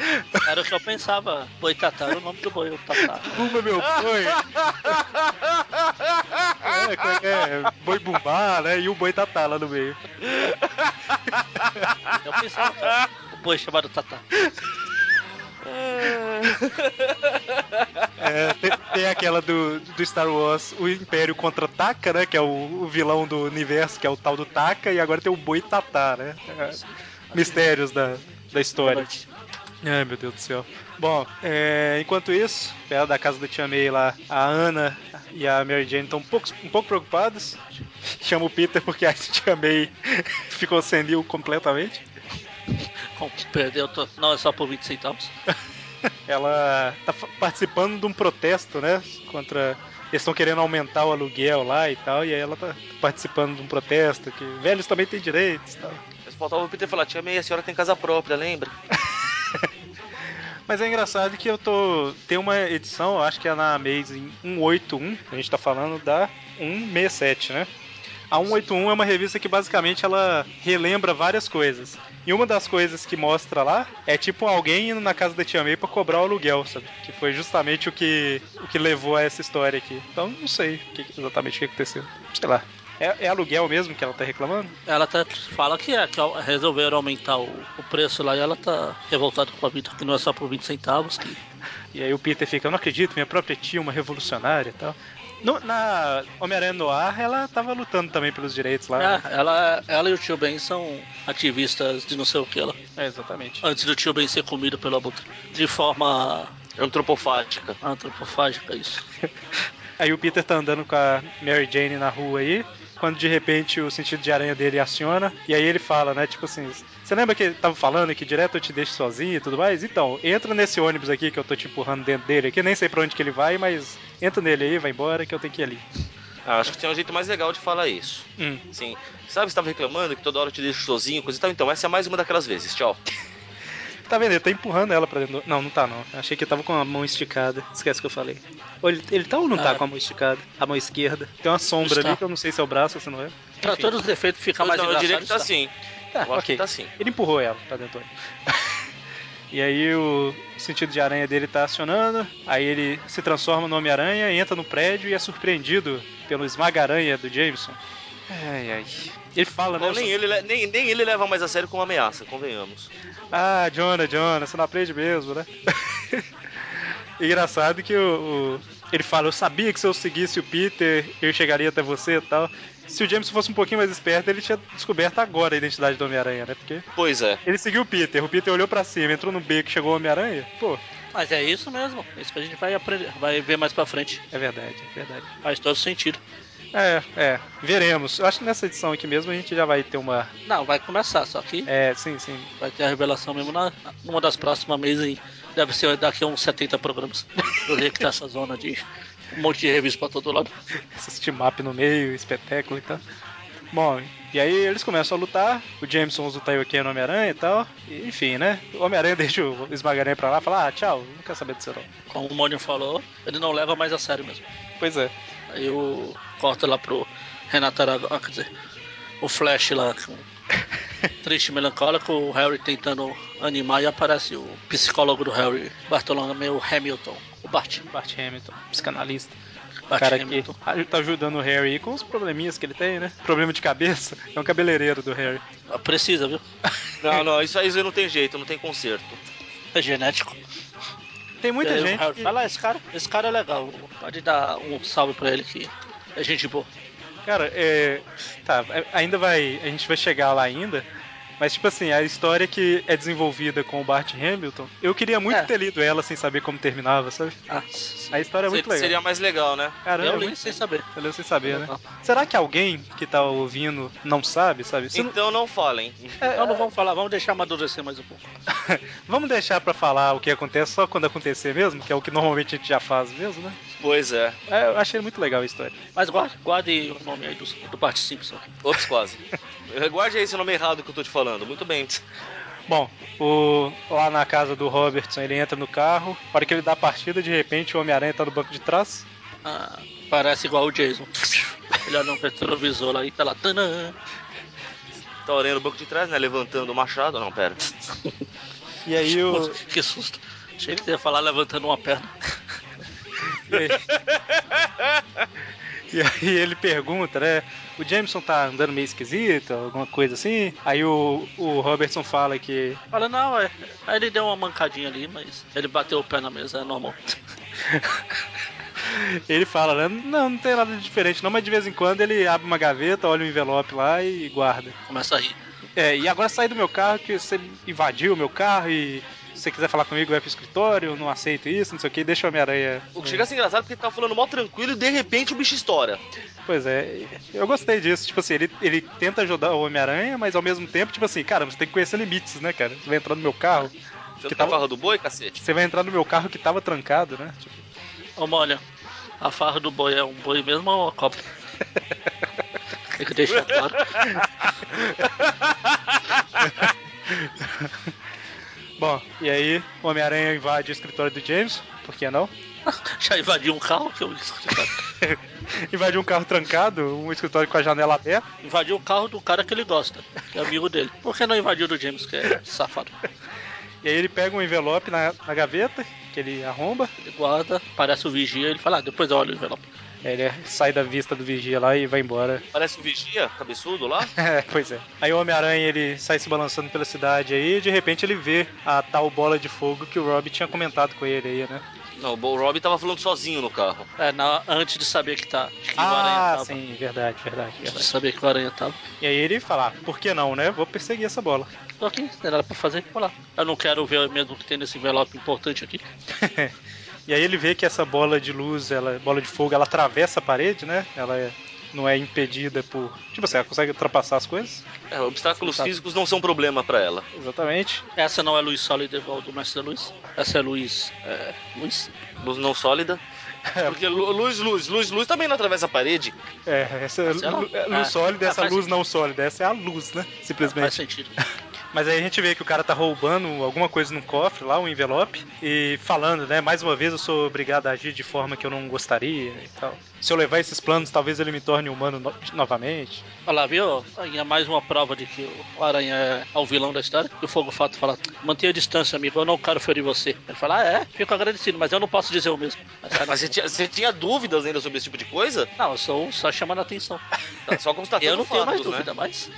Speaker 2: Era o que eu pensava. Boitatá era o nome do boi, o tatá.
Speaker 1: Bumba, meu boi. É, como é que é? boi bumbá, né? E o boi tatá lá no meio.
Speaker 2: Eu pensava, cara, o boi chamado tatá.
Speaker 1: É, tem, tem aquela do, do Star Wars, o Império contra Taka, né? Que é o, o vilão do universo, que é o tal do Taka, e agora tem o boi tatá, né? É, mistérios da, da história. Ai, É, meu Deus do céu. Bom, é, enquanto isso, ela da casa da Tia May lá, a Ana e a Mary Jane estão um pouco, um pouco preocupadas. Chama o Peter porque a Tia May ficou sem Neil completamente.
Speaker 2: Com- Perdeu, to- não é só por 20 centavos.
Speaker 1: Ela tá fa- participando de um protesto, né? Contra. Eles estão querendo aumentar o aluguel lá e tal, e aí ela tá participando de um protesto que velhos também têm direitos e tal.
Speaker 3: Mas faltava o Peter falar, tia May, a senhora tem casa própria, lembra?
Speaker 1: Mas é engraçado que eu tô. Tem uma edição, eu acho que é na Amazing 181, a gente tá falando da 167, né? A 181 é uma revista que basicamente ela relembra várias coisas. E uma das coisas que mostra lá é tipo alguém indo na casa da Tia May pra cobrar o aluguel, sabe? Que foi justamente o que, o que levou a essa história aqui. Então não sei o que- exatamente o que aconteceu. Sei lá. É, é aluguel mesmo que ela tá reclamando?
Speaker 2: Ela tá, fala que, é, que ao- resolveram aumentar o, o preço lá e ela tá revoltada com a vida, que não é só por 20 centavos. Que...
Speaker 1: E aí o Peter fica, eu não acredito, minha própria tia, uma revolucionária e tal. No- na Homem-Aranha Noir, ela tava lutando também pelos direitos lá. né?
Speaker 2: É, ela, ela e o tio Ben são ativistas de não sei o que lá.
Speaker 1: É, exatamente.
Speaker 2: Antes do tio Ben ser comido pelo abutre. De forma
Speaker 3: Antropofágica.
Speaker 2: antropofágica, isso.
Speaker 1: Aí o Peter tá andando com a Mary Jane na rua aí, quando de repente o sentido de aranha dele aciona, e aí ele fala, né, tipo assim, você lembra que ele tava falando que direto eu te deixo sozinho e tudo mais? Então, entra nesse ônibus aqui que eu tô te empurrando dentro dele aqui, nem sei pra onde que ele vai, mas entra nele aí, vai embora que eu tenho que ir ali.
Speaker 3: Ah, acho que tem um jeito mais legal de falar isso.
Speaker 1: Hum.
Speaker 3: Sim. Sabe, você tava reclamando que toda hora eu te deixo sozinho, coisa e tal. Então, essa é mais uma daquelas vezes. Tchau.
Speaker 1: Tá vendo? Ele tá empurrando ela pra dentro. do- Não, não tá não. Achei que tava com a mão esticada. Esquece que eu falei. Ou ele, ele tá ou não tá
Speaker 2: Ah.
Speaker 1: com a mão esticada? A mão esquerda. Tem uma sombra
Speaker 2: Está.
Speaker 1: ali que eu não sei se é o braço ou se não é.
Speaker 2: Pra
Speaker 1: Enfim.
Speaker 2: todos os defeitos fica mais
Speaker 3: não, eu
Speaker 2: engraçado.
Speaker 3: diria que tá
Speaker 2: está.
Speaker 3: sim.
Speaker 1: Tá,
Speaker 3: eu acho
Speaker 1: ok.
Speaker 3: que tá sim.
Speaker 1: Ele empurrou ela pra dentro. do ônibus. E aí o sentido de aranha dele tá acionando, aí ele se transforma no Homem-Aranha, entra no prédio e é surpreendido pelo esmaga-aranha do Jameson. Ai, ai. Ele fala,
Speaker 3: Bom,
Speaker 1: né?
Speaker 3: nem, ele, le- nem, nem ele leva mais a sério como ameaça, convenhamos.
Speaker 1: Ah, Jonah, Jonah, você não aprende mesmo, né? Engraçado que o, o- ele fala, eu sabia que se eu seguisse o Peter, eu chegaria até você e tal. Se o James fosse um pouquinho mais esperto, ele tinha descoberto agora a identidade do Homem-Aranha, né? Porque
Speaker 3: Pois é.
Speaker 1: ele seguiu o Peter, o Peter olhou pra cima, entrou no beco, chegou o Homem-Aranha. Pô,
Speaker 3: assim.
Speaker 2: Mas é isso mesmo. É Isso que a gente vai aprender, vai ver mais pra frente.
Speaker 1: é verdade, é verdade.
Speaker 2: Faz todo sentido.
Speaker 1: É, é, veremos. Eu acho que nessa edição aqui mesmo a gente já vai ter uma...
Speaker 2: Não, vai começar, só que
Speaker 1: É, sim, sim.
Speaker 2: vai ter a revelação mesmo na, na- numa das próximas meses. e Deve ser daqui a uns 70 programas. Eu vejo que tá essa zona de um monte de revista pra todo lado.
Speaker 1: esses team up no meio, espetáculo e tal. Bom, e aí eles começam a lutar, o Jameson usa o Taioken no Homem-Aranha e tal, e, enfim, né? O Homem-Aranha deixa o Esmagaranha pra lá e fala, ah, tchau, não quero saber disso não.
Speaker 2: Como o Mônio falou, ele não leva mais a sério mesmo.
Speaker 1: Pois é.
Speaker 2: Aí eu corto lá pro Renato Aragão, ah, quer dizer, o Flash lá, com- triste e melancólico, o Harry tentando animar e aparece o psicólogo do Harry, Bartolomeu Hamilton, o Bart,
Speaker 1: Bart Hamilton, psicanalista. O
Speaker 2: Bart
Speaker 1: cara que
Speaker 2: Hamilton.
Speaker 1: tá ajudando o Harry aí com os probleminhas que ele tem, né? Problema de cabeça, é um cabeleireiro do Harry.
Speaker 2: Ah, Precisa, viu?
Speaker 3: Não, não, isso aí não tem jeito, não tem conserto.
Speaker 2: É genético.
Speaker 1: Tem muita
Speaker 2: Aí o
Speaker 1: gente
Speaker 2: Harry
Speaker 1: que-
Speaker 2: fala, "Ah, esse cara, esse cara é legal, pode dar um salve pra ele que é gente boa.
Speaker 1: Cara, é. Tá, é- ainda vai. A gente vai chegar lá ainda. Mas, tipo assim, a história que é desenvolvida com o Bart Hamilton, eu queria muito
Speaker 2: É.
Speaker 1: ter lido ela sem saber como terminava, sabe?
Speaker 2: Ah,
Speaker 1: A história é muito legal.
Speaker 3: Seria mais legal, né?
Speaker 1: Cara,
Speaker 2: eu
Speaker 1: é
Speaker 2: li
Speaker 1: muito...
Speaker 2: sem saber.
Speaker 1: Você leu sem saber, né? Será que alguém que tá ouvindo não sabe, sabe? Se não-
Speaker 3: Então não falem.
Speaker 1: É,
Speaker 2: Não, não vamos falar, vamos deixar amadurecer mais um pouco.
Speaker 1: Vamos deixar pra falar o que acontece só quando acontecer mesmo, que é o que normalmente a gente já faz mesmo, né?
Speaker 3: Pois é.
Speaker 1: É, eu achei muito legal a história.
Speaker 2: Mas guarde, guarde o nome aí do, do Bart Simpson.
Speaker 3: Ops, quase. Guarde aí esse nome errado que eu tô te falando. Muito bem.
Speaker 1: Bom, o- lá na casa do Robertson, ele entra no carro, na hora que ele dá a partida, de repente o Homem-Aranha tá no banco de trás.
Speaker 2: Ah, parece igual o Jason. Ele olha no retrovisor lá e tá lá. Tanã.
Speaker 3: Tá orando no banco de trás, né? Levantando o machado. Não, pera.
Speaker 1: E aí o.
Speaker 2: Que susto. Achei que você ia falar levantando uma perna.
Speaker 1: E aí ele pergunta, né? O Jameson tá andando meio esquisito, alguma coisa assim. Aí o, o Robertson fala que.
Speaker 2: Fala, não, é. Aí ele deu uma mancadinha ali, mas ele bateu o pé na mesa, é normal.
Speaker 1: Ele fala, né? Não, não tem nada de diferente, não, mas de vez em quando ele abre uma gaveta, olha o envelope lá e guarda.
Speaker 2: Começa a rir.
Speaker 1: É, e agora sai do meu carro que você invadiu o meu carro e se você quiser falar comigo, vai pro escritório, não aceito isso, não sei o que, deixa o Homem-Aranha.
Speaker 3: O que chega a ser engraçado é porque ele tava falando mal tranquilo e de repente o bicho estoura.
Speaker 1: Pois é, eu gostei disso. Tipo assim, ele, ele tenta ajudar o Homem-Aranha, mas ao mesmo tempo, tipo assim, cara, você tem que conhecer limites, né, cara? Você vai entrar no meu carro,
Speaker 3: Você
Speaker 1: Que
Speaker 3: não tá
Speaker 1: tava-
Speaker 3: farra do boi, cacete?
Speaker 1: você vai entrar no meu carro que tava trancado, né? Tipo,
Speaker 2: Ô, olha, a farra do boi é um boi mesmo ou uma cobra? Tem que deixar claro.
Speaker 1: Bom, e aí o Homem-Aranha invade o escritório do James, por que não?
Speaker 2: Já invadiu um carro que tá. eu escritório.
Speaker 1: invade um carro trancado, um escritório com a janela aberta.
Speaker 2: Invadiu o carro do cara que ele gosta, que é amigo dele. Por que não invadiu do James, que é safado?
Speaker 1: E aí ele pega um envelope na, na gaveta, que ele arromba,
Speaker 2: Ele guarda, parece o vigia, ele fala, ah, depois eu olho o envelope.
Speaker 1: aí ele sai da vista do vigia lá e vai embora.
Speaker 3: Parece um vigia, cabeçudo lá.
Speaker 1: É, pois é. Aí o Homem-Aranha ele sai se balançando pela cidade aí e de repente ele vê a tal bola de fogo que o Rob tinha comentado com ele aí, né?
Speaker 3: Não, o Rob tava falando sozinho no carro.
Speaker 2: É, na- antes de saber que tá, de que o aranha
Speaker 1: Ah,
Speaker 2: tava.
Speaker 1: sim, verdade, verdade,
Speaker 2: Antes de
Speaker 1: verdade.
Speaker 2: saber que o aranha tava.
Speaker 1: E aí ele fala, ah, por que não, né? Vou perseguir essa bola.
Speaker 2: Tô aqui, não tem nada pra fazer, vou lá. Eu não quero ver mesmo o que tem nesse envelope importante aqui.
Speaker 1: E aí ele vê que essa bola de luz, ela, bola de fogo, ela atravessa a parede, né? Ela é- não é impedida por. Tipo assim, ela consegue ultrapassar as coisas.
Speaker 3: É, obstáculos
Speaker 2: Exato.
Speaker 3: físicos não são problema pra ela.
Speaker 1: Exatamente.
Speaker 2: Essa não é Luiz Sólido, do Mestre da Luz. Essa é Luiz. É, Luiz?
Speaker 3: Luz não sólida. Porque lu- luz, luz, luz, luz também não atravessa a parede.
Speaker 1: É, essa é
Speaker 2: Sei lá.
Speaker 1: lu- é
Speaker 2: É.
Speaker 1: luz sólida,
Speaker 2: É,
Speaker 1: essa
Speaker 2: faz
Speaker 1: luz não sólida, essa é a luz, né?
Speaker 2: Faz
Speaker 1: Simplesmente.
Speaker 2: sentido.
Speaker 1: Mas aí a gente vê que o cara tá roubando alguma coisa num cofre lá, um envelope, e falando, né? Mais uma vez eu sou obrigado a agir de forma que eu não gostaria e tal. Se eu levar esses planos, talvez ele me torne humano no- novamente.
Speaker 2: Olha lá, viu? Aí é mais uma prova de que o Aranha é o vilão da história. E o Fogo Fato fala: mantenha a distância, amigo, eu não quero ferir você. Ele fala: ah, é, fico agradecido, mas eu não posso dizer o mesmo. Aí sai
Speaker 3: Mas você tinha, você tinha dúvidas ainda sobre esse tipo de coisa?
Speaker 2: Não, eu sou só chamando a atenção.
Speaker 3: Tá, só constatando
Speaker 2: Eu não tenho mais
Speaker 3: fatos, né?
Speaker 2: dúvida, mas.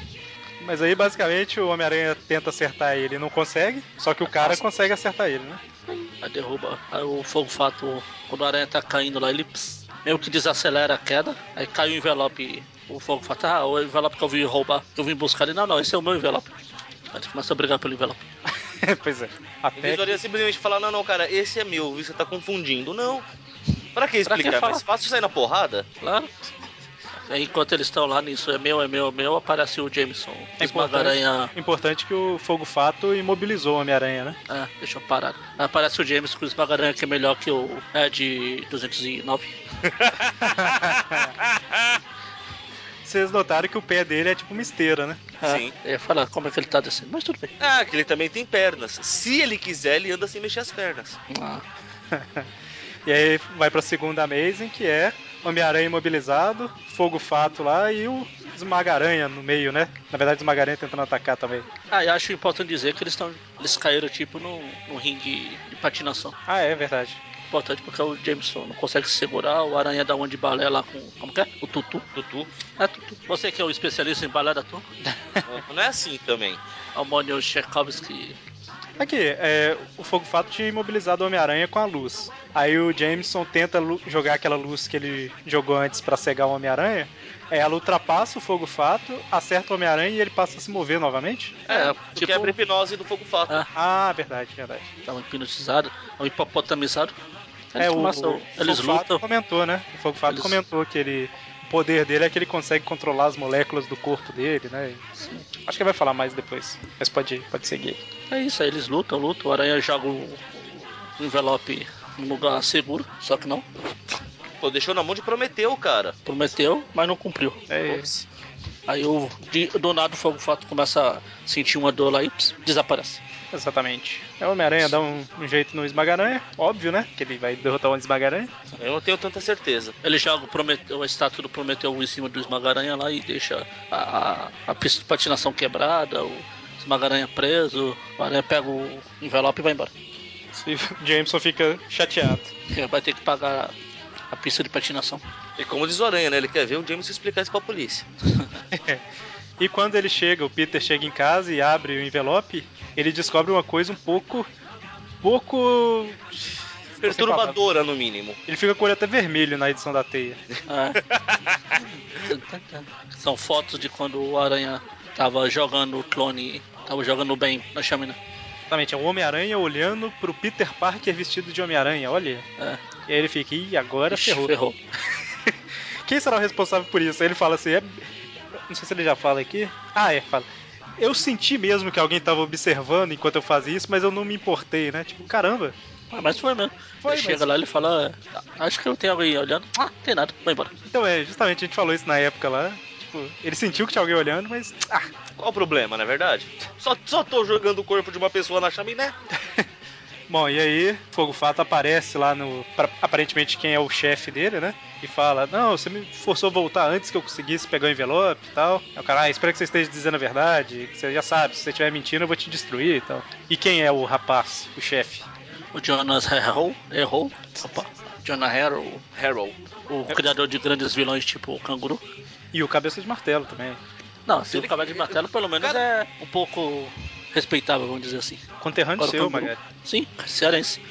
Speaker 1: Mas aí basicamente o Homem-Aranha tenta acertar ele e não consegue, só que o cara consegue acertar ele, né?
Speaker 2: Aí derruba. Aí o Fogo Fato, quando o Aranha tá caindo lá, ele pss, meio que desacelera a queda. Aí cai o envelope. O Fogo Fato, ah, o envelope que eu vim roubar, que eu vim buscar ele. Não, não, esse é o meu envelope. Aí ele começa a brigar pelo envelope.
Speaker 1: pois é.
Speaker 3: Em
Speaker 1: Até
Speaker 3: vez do Arias simplesmente falar, não, não, cara, esse é meu, viu? Você tá confundindo. Não. Pra que
Speaker 2: Pra que
Speaker 3: explicar? É
Speaker 2: falar?
Speaker 3: Mais fácil sair na porrada?
Speaker 2: Claro. Aí, enquanto eles estão lá nisso, é meu, é meu, é meu, aparece o Jameson.
Speaker 1: É
Speaker 2: Esmaga a
Speaker 1: importante.
Speaker 2: tipo aranha.
Speaker 1: importante que o Fogo Fato imobilizou o Homem-Aranha, né?
Speaker 2: Ah, deixa eu parar. Aparece o Jameson com o esmaga aranha que é melhor que o é de 209.
Speaker 1: Vocês notaram que o pé dele é tipo uma esteira, né?
Speaker 2: Ah,
Speaker 3: Sim.
Speaker 2: Eu ia falar como é que ele tá descendo, mas tudo bem.
Speaker 3: Ah, que ele também tem pernas. Se ele quiser, ele anda sem mexer as pernas.
Speaker 2: Ah,
Speaker 1: E aí vai pra segunda Amazing, que é Homem-Aranha imobilizado, Fogo Fato lá e o Esmagaranha no meio, né? Na verdade, o Esmagaranha tentando atacar também.
Speaker 2: ah, eu acho importante dizer que eles estão. Eles caíram tipo no, no ringue de patinação.
Speaker 1: Ah, é verdade.
Speaker 2: Importante porque é o Jameson não consegue se segurar, o aranha dá uma de balé lá com. Como que é? O Tutu.
Speaker 3: Tutu.
Speaker 2: É, Tutu. Você que é o especialista em balé da turma,
Speaker 3: Não é assim também.
Speaker 2: Almonio Chekovski.
Speaker 1: Aqui, é, o Fogo Fato tinha imobilizado o Homem-Aranha com a luz. Aí o Jameson tenta lu- jogar aquela luz que ele jogou antes pra cegar o Homem-Aranha. Aí Ela ultrapassa o Fogo Fato, acerta o Homem-Aranha e ele passa a se mover novamente.
Speaker 2: É,
Speaker 3: É, porque
Speaker 2: tipo-
Speaker 3: é a hipnose do fogo fato.
Speaker 2: Ah.
Speaker 1: Ah, verdade, verdade.
Speaker 2: Estavam hipnotizados, ou hipopotamizado. Eles,
Speaker 1: é,
Speaker 2: começam, eles
Speaker 1: Fogo Fato
Speaker 2: lutam.
Speaker 1: comentou, né? O Fogo Fato
Speaker 2: Eles-
Speaker 1: comentou que ele. O poder dele é que ele consegue controlar as moléculas do corpo dele, né?
Speaker 2: Sim.
Speaker 1: Acho que ele vai falar mais depois. Mas pode, pode seguir.
Speaker 2: É isso, aí eles lutam, lutam. O aranha joga o, o envelope num lugar seguro, só que não. É.
Speaker 3: Pô, deixou na mão de Prometeu, cara.
Speaker 2: Prometeu, mas não cumpriu.
Speaker 1: É,
Speaker 3: Ops.
Speaker 2: Aí eu, de, do nada o Fogo Fato começa a sentir uma dor lá e pss, desaparece.
Speaker 1: Exatamente. É o Homem-Aranha dá um, um jeito no Esmaga-Aranha, óbvio, né? Que ele vai derrotar o Esmaga-Aranha.
Speaker 3: Eu não tenho tanta certeza.
Speaker 2: Ele joga o Prometeu, a estátua do Prometeu em cima do Esmagaranha lá e deixa a, a, a pista de patinação quebrada, o Esmagaranha preso, o Aranha pega o envelope e vai embora.
Speaker 1: Se Jameson fica chateado.
Speaker 2: Ele vai ter que pagar a pista de patinação.
Speaker 3: E como diz o Aranha, né? Ele quer ver o Jameson explicar isso pra polícia.
Speaker 1: E quando ele chega, o Peter chega em casa e abre o envelope, ele descobre uma coisa um pouco. pouco.
Speaker 3: Perturbadora, no mínimo.
Speaker 1: Ele fica com o olho até vermelho na edição da teia.
Speaker 2: É. São fotos de quando o Aranha tava jogando o clone, tava jogando bem na chaminé.
Speaker 1: Exatamente, é o Homem-Aranha olhando pro Peter Parker vestido de Homem-Aranha, olha.
Speaker 2: É.
Speaker 1: E aí ele fica, ih, agora
Speaker 2: Ixi,
Speaker 1: ferrou.
Speaker 2: ferrou.
Speaker 1: Quem será o responsável por isso? Aí ele fala assim, é- não sei se ele já fala aqui. Ah, é, fala. Eu senti mesmo que alguém tava observando enquanto eu fazia isso, mas eu não me importei, né? Tipo, caramba.
Speaker 2: Ah, Mas foi mesmo.
Speaker 1: Foi,
Speaker 2: ele
Speaker 1: mas-
Speaker 2: chega lá e ele fala: "Ah, Acho que eu tenho alguém olhando. Ah, tem nada, vai embora.
Speaker 1: Então é, justamente a gente falou isso na época lá. Tipo, ele sentiu que tinha alguém olhando, mas. Ah,
Speaker 3: Qual o problema, na verdade? Só, só tô jogando o corpo de uma pessoa na né? chaminé.
Speaker 1: Bom, e aí, Fogo Fato aparece lá no. pra- aparentemente quem é o chefe dele, né? E fala: Não, você me forçou a voltar antes que eu conseguisse pegar o envelope e tal. Aí o cara, ah, espero que você esteja dizendo a verdade. Que você já sabe, se você estiver mentindo, eu vou te destruir e tal. E quem é o rapaz, o chefe?
Speaker 2: O Jonas errou. Errou. Opa. Jonas Harrow,
Speaker 3: Harold.
Speaker 2: o
Speaker 1: É.
Speaker 2: criador de grandes vilões tipo o Canguru.
Speaker 1: E o Cabeça de Martelo também.
Speaker 2: Não, se
Speaker 3: Ele-
Speaker 2: o Cavalo de Martelo, pelo menos é um pouco respeitável, vamos dizer assim.
Speaker 1: Conterrâneo
Speaker 2: Agora o
Speaker 1: seu,
Speaker 2: Canguru.
Speaker 1: Magali.
Speaker 2: Sim, cearense.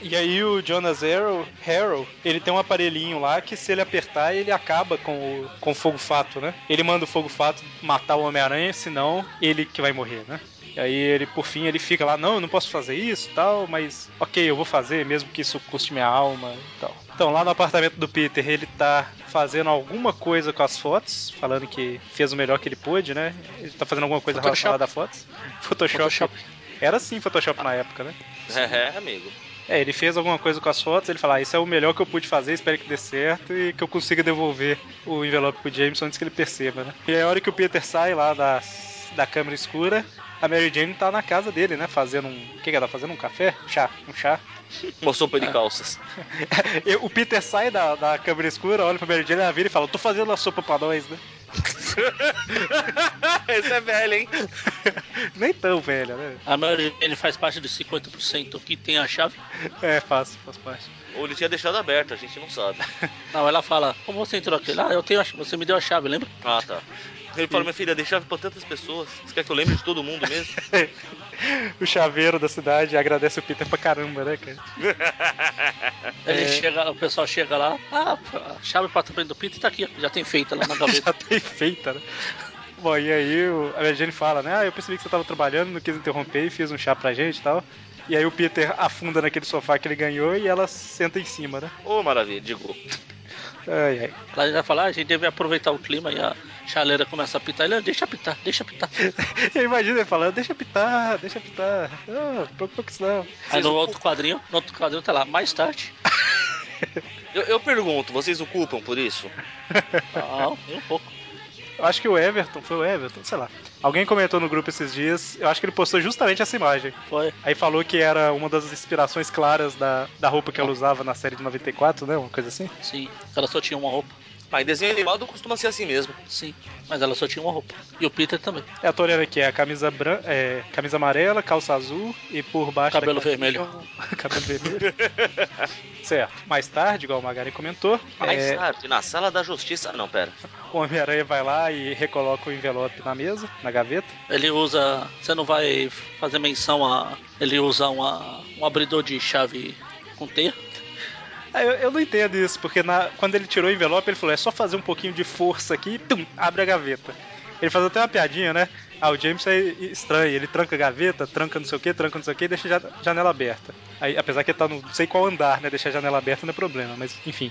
Speaker 1: E aí o Jonas Arrow, Harrow, ele tem um aparelhinho lá que se ele apertar, ele acaba com o, com o Fogo Fato, né? Ele manda o Fogo Fato matar o Homem-Aranha, senão ele que vai morrer, né? E aí ele, por fim, ele fica lá, não, eu não posso fazer isso e tal, mas ok, eu vou fazer, mesmo que isso custe minha alma e tal. Então, lá no apartamento do Peter, ele tá fazendo alguma coisa com as fotos, falando que fez o melhor que ele pôde, né? Ele tá fazendo alguma coisa
Speaker 2: Photoshop.
Speaker 1: relacionada a fotos. Photoshop.
Speaker 2: Photoshop.
Speaker 1: Era sim Photoshop na época, né?
Speaker 3: É, amigo.
Speaker 1: É, ele fez alguma coisa com as fotos, ele fala, ah, isso é o melhor que eu pude fazer, espero que dê certo e que eu consiga devolver o envelope pro Jameson antes que ele perceba, né? E aí a hora que o Peter sai lá da, da câmera escura, a Mary Jane tá na casa dele, né? Fazendo um. O que, que ela tá fazendo? Um café? Chá, um chá.
Speaker 3: Uma sopa de calças.
Speaker 1: E o Peter sai da, da câmera escura, olha pra Mary Jane, ela vira e fala, tô fazendo a sopa pra nós, né?
Speaker 3: Esse é velho, hein?
Speaker 1: Nem tão velha, né?
Speaker 2: A Mary Jane faz parte dos 50% que tem a chave.
Speaker 1: É, fácil, faz parte.
Speaker 3: Ou ele tinha deixado aberto, a gente não sabe.
Speaker 2: Não, ela fala: Como você entrou aqui? Ah, eu tenho a chave, você me deu a chave, lembra?
Speaker 3: Ah, tá. Ele falou, minha filha, dei chave pra tantas pessoas. Você quer que eu lembre de todo mundo mesmo?
Speaker 1: O chaveiro da cidade agradece o Peter pra caramba, né, cara?
Speaker 2: Ele
Speaker 1: É.
Speaker 2: chega, o pessoal chega lá, ah, a chave para frente do Peter tá aqui, ó, já tem feita lá na gaveta.
Speaker 1: já tem feita, né? Bom, e aí o- a Mary Jane fala, né? Ah, eu percebi que você tava trabalhando, não quis interromper e fiz um chá pra gente e tal. E aí o Peter afunda naquele sofá que ele ganhou e ela senta em cima, né?
Speaker 3: Ô, maravilha, digo.
Speaker 1: Ai, ai.
Speaker 2: Ela ainda fala, ah, a gente deve aproveitar o clima e a chaleira começa a pitar. Ele, "Ah, deixa pitar, deixa pitar.
Speaker 1: Eu imagino ele falando, deixa pitar, deixa pitar. Ah, não se preocupa com isso não.
Speaker 2: Aí no outro quadrinho, no outro quadrinho tá lá, mais tarde.
Speaker 3: Eu, eu pergunto, vocês o culpam por isso?
Speaker 2: Não, nem um pouco.
Speaker 1: Eu acho que o Everton, foi o Everton, sei lá. Alguém comentou no grupo esses dias, eu acho que ele postou justamente essa imagem.
Speaker 2: Foi.
Speaker 1: Aí falou que era uma das inspirações claras da, da roupa que ela usava na série de 94, né? Uma coisa assim.
Speaker 2: Sim. Ela só tinha uma roupa.
Speaker 3: Ah, em desenho animado costuma ser assim mesmo.
Speaker 2: Sim. Mas ela só tinha uma roupa. E o Peter também.
Speaker 1: É, eu tô olhando aqui, é a camisa, bran... é, camisa amarela, calça azul e por baixo... da
Speaker 2: Cabelo
Speaker 1: camisa-
Speaker 2: vermelho.
Speaker 1: Cabelo vermelho. certo. Mais tarde, igual o Magari comentou,
Speaker 3: Mais
Speaker 1: é,
Speaker 3: tarde, na sala da justiça. Ah, não, pera.
Speaker 1: o Homem-Aranha vai lá e recoloca o envelope na mesa, na gaveta.
Speaker 2: Ele usa. Você não vai fazer menção a. Ele usa uma, um abridor de chave com teia.
Speaker 1: Ah, eu, eu não entendo isso, porque na- quando ele tirou o envelope, ele falou, é só fazer um pouquinho de força aqui e tum, abre a gaveta. Ele faz até uma piadinha, né? Ah, o James é estranho, ele tranca a gaveta, tranca não sei o que, tranca não sei o que e deixa a ja- janela aberta. Aí, apesar que ele tá no não sei qual andar, né? Deixar a janela aberta não é problema, mas enfim.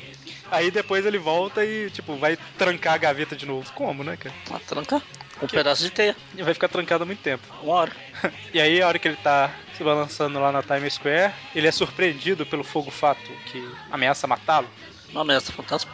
Speaker 1: Aí depois ele volta e, tipo, vai trancar a gaveta de novo. Como, né, cara?
Speaker 2: Uma tranca. Um pedaço de teia.
Speaker 1: E vai ficar trancado há muito tempo.
Speaker 2: Uma hora.
Speaker 1: E aí, a hora que ele tá se balançando lá na Times Square, ele é surpreendido pelo fogo fato que ameaça matá-lo.
Speaker 2: Uma ameaça fantasma.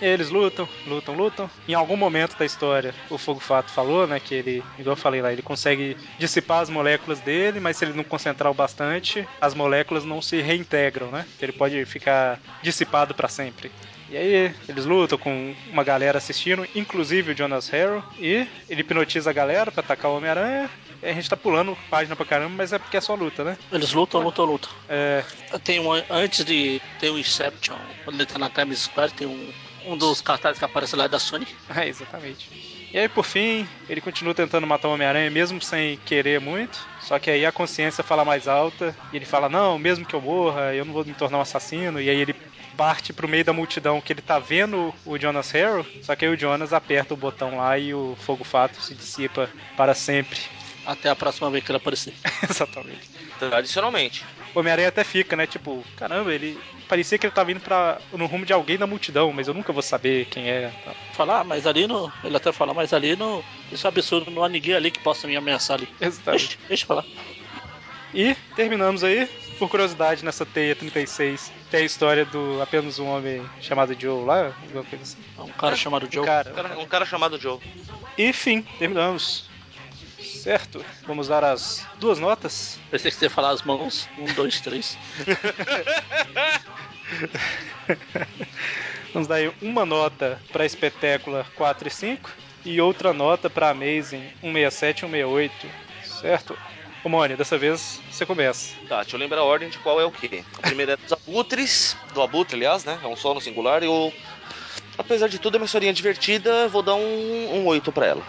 Speaker 1: Eles lutam, lutam, lutam. Em algum momento da história, o Fogo Fato falou, né? Que ele, igual eu falei lá, ele consegue dissipar as moléculas dele, mas se ele não concentrar o bastante, as moléculas não se reintegram, né? Ele pode ficar dissipado para sempre. E aí, eles lutam com uma galera assistindo, inclusive o Jonas Harrow, e ele hipnotiza a galera pra atacar o Homem-Aranha. E A gente tá pulando página pra caramba, mas é porque é só luta, né?
Speaker 2: Eles lutam, lutam, lutam.
Speaker 1: É,
Speaker 2: Tem um, antes de ter o Inception, quando ele tá na Times Square, tem um, um dos cartazes que aparece lá é da Sony.
Speaker 1: é, exatamente. E aí, por fim, ele continua tentando matar o Homem-Aranha, mesmo sem querer muito. Só que aí a consciência fala mais alta, e ele fala: Não, mesmo que eu morra, eu não vou me tornar um assassino. E aí ele parte pro meio da multidão que ele tá vendo o Jonas Harrow. Só que aí o Jonas aperta o botão lá e o fogo fato se dissipa para sempre.
Speaker 2: Até a próxima vez que ele aparecer.
Speaker 1: Exatamente.
Speaker 3: Tradicionalmente.
Speaker 1: O Homem-Aranha até fica, né? Tipo, caramba, ele. Parecia que ele tava indo pra... no rumo de alguém da multidão, mas eu nunca vou saber quem é. tal.
Speaker 2: Falar, "Ah, mas ali no. Ele até fala, mas ali no. Isso é absurdo, não há ninguém ali que possa me ameaçar ali.
Speaker 1: Exatamente.
Speaker 2: Deixa, deixa eu falar.
Speaker 1: E terminamos aí. Por curiosidade, nessa teia 36 tem a história do apenas um homem chamado Joe lá, alguma coisa assim.
Speaker 2: Um cara chamado Joe.
Speaker 3: Um
Speaker 1: Cara,
Speaker 3: cara, um cara chamado Joe.
Speaker 1: e fim, terminamos. Certo, vamos dar as duas notas.
Speaker 2: Pensei que você ia falar as mãos. Um, dois, três.
Speaker 1: Vamos dar aí uma nota pra Espetácular 4 e 5 e outra nota pra Amazing 167 e 168, certo? Ô Mônio, dessa vez você começa.
Speaker 3: Tá, deixa eu lembrar a ordem de qual é o quê. A primeira é dos abutres, do abutre, aliás, né? É um só no singular. E eu, apesar de tudo, é uma historinha divertida. Vou dar um, um 8 pra ela.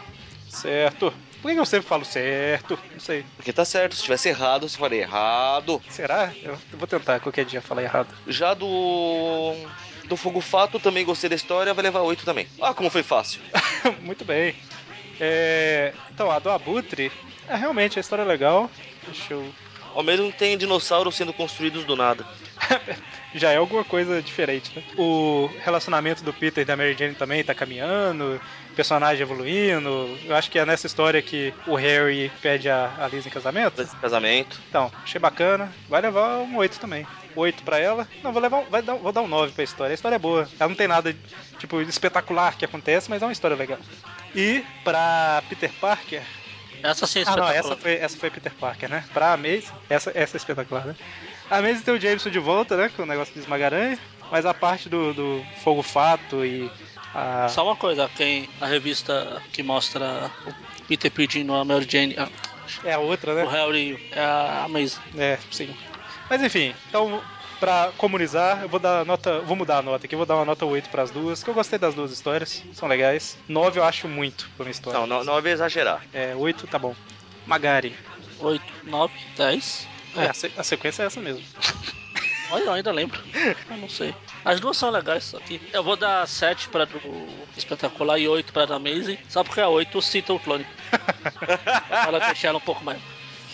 Speaker 1: Certo. Por que que eu sempre falo certo? Não sei.
Speaker 3: Porque tá certo, se tivesse errado, se falei errado.
Speaker 1: Será? Eu vou tentar qualquer dia falar errado.
Speaker 3: Já do. Do Fogo Fato, também gostei da história, vai levar 8 também. Ah, como foi fácil.
Speaker 1: Muito bem. É, Então, a do Abutre, é, realmente a história é legal. Deixa eu...
Speaker 3: Ao mesmo tem dinossauros sendo construídos do nada.
Speaker 1: Já é alguma coisa diferente, né? O relacionamento do Peter e da Mary Jane também tá caminhando, o personagem evoluindo. Eu acho que é nessa história que o Harry pede a, a Liz em casamento.
Speaker 3: Desse casamento.
Speaker 1: Então, achei bacana. Vai levar um 8 também. 8 pra ela. Não, vou levar um, vai dar, vou dar um 9 pra história. A história é boa. Ela não tem nada, tipo, espetacular que acontece, mas é uma história legal. E pra Peter Parker.
Speaker 2: Essa sim é
Speaker 1: Ah, não,
Speaker 2: espetacular.
Speaker 1: essa foi, essa foi Peter Parker, né? Pra Amazing, essa, essa é espetacular, né? A Amazing tem o Jameson de volta, né? Com o negócio de esmagaranha. Mas a parte do, do Fogo Fato e a.
Speaker 2: Só uma coisa, quem a revista que mostra o Peter pedindo a Mary Jane, a-
Speaker 1: É a outra, né?
Speaker 2: o Harry, é a Amazing.
Speaker 1: É, sim. Mas enfim, então, pra comunizar, eu vou dar nota. Vou mudar a nota aqui, eu vou dar uma nota 8 pras duas, que eu gostei das duas histórias, são legais. 9 eu acho muito pra uma história.
Speaker 3: Não, não, não é exagerar.
Speaker 1: É, 8 tá bom. Magari.
Speaker 2: 8, 9, 10.
Speaker 1: É, a, se- a sequência é essa mesmo.
Speaker 2: Olha, eu ainda lembro. Eu não sei. As duas são legais isso aqui. Eu vou dar 7 para do espetacular e 8 para da Amazing, só porque a 8 cita o clone. Ela deixar ela um pouco mais.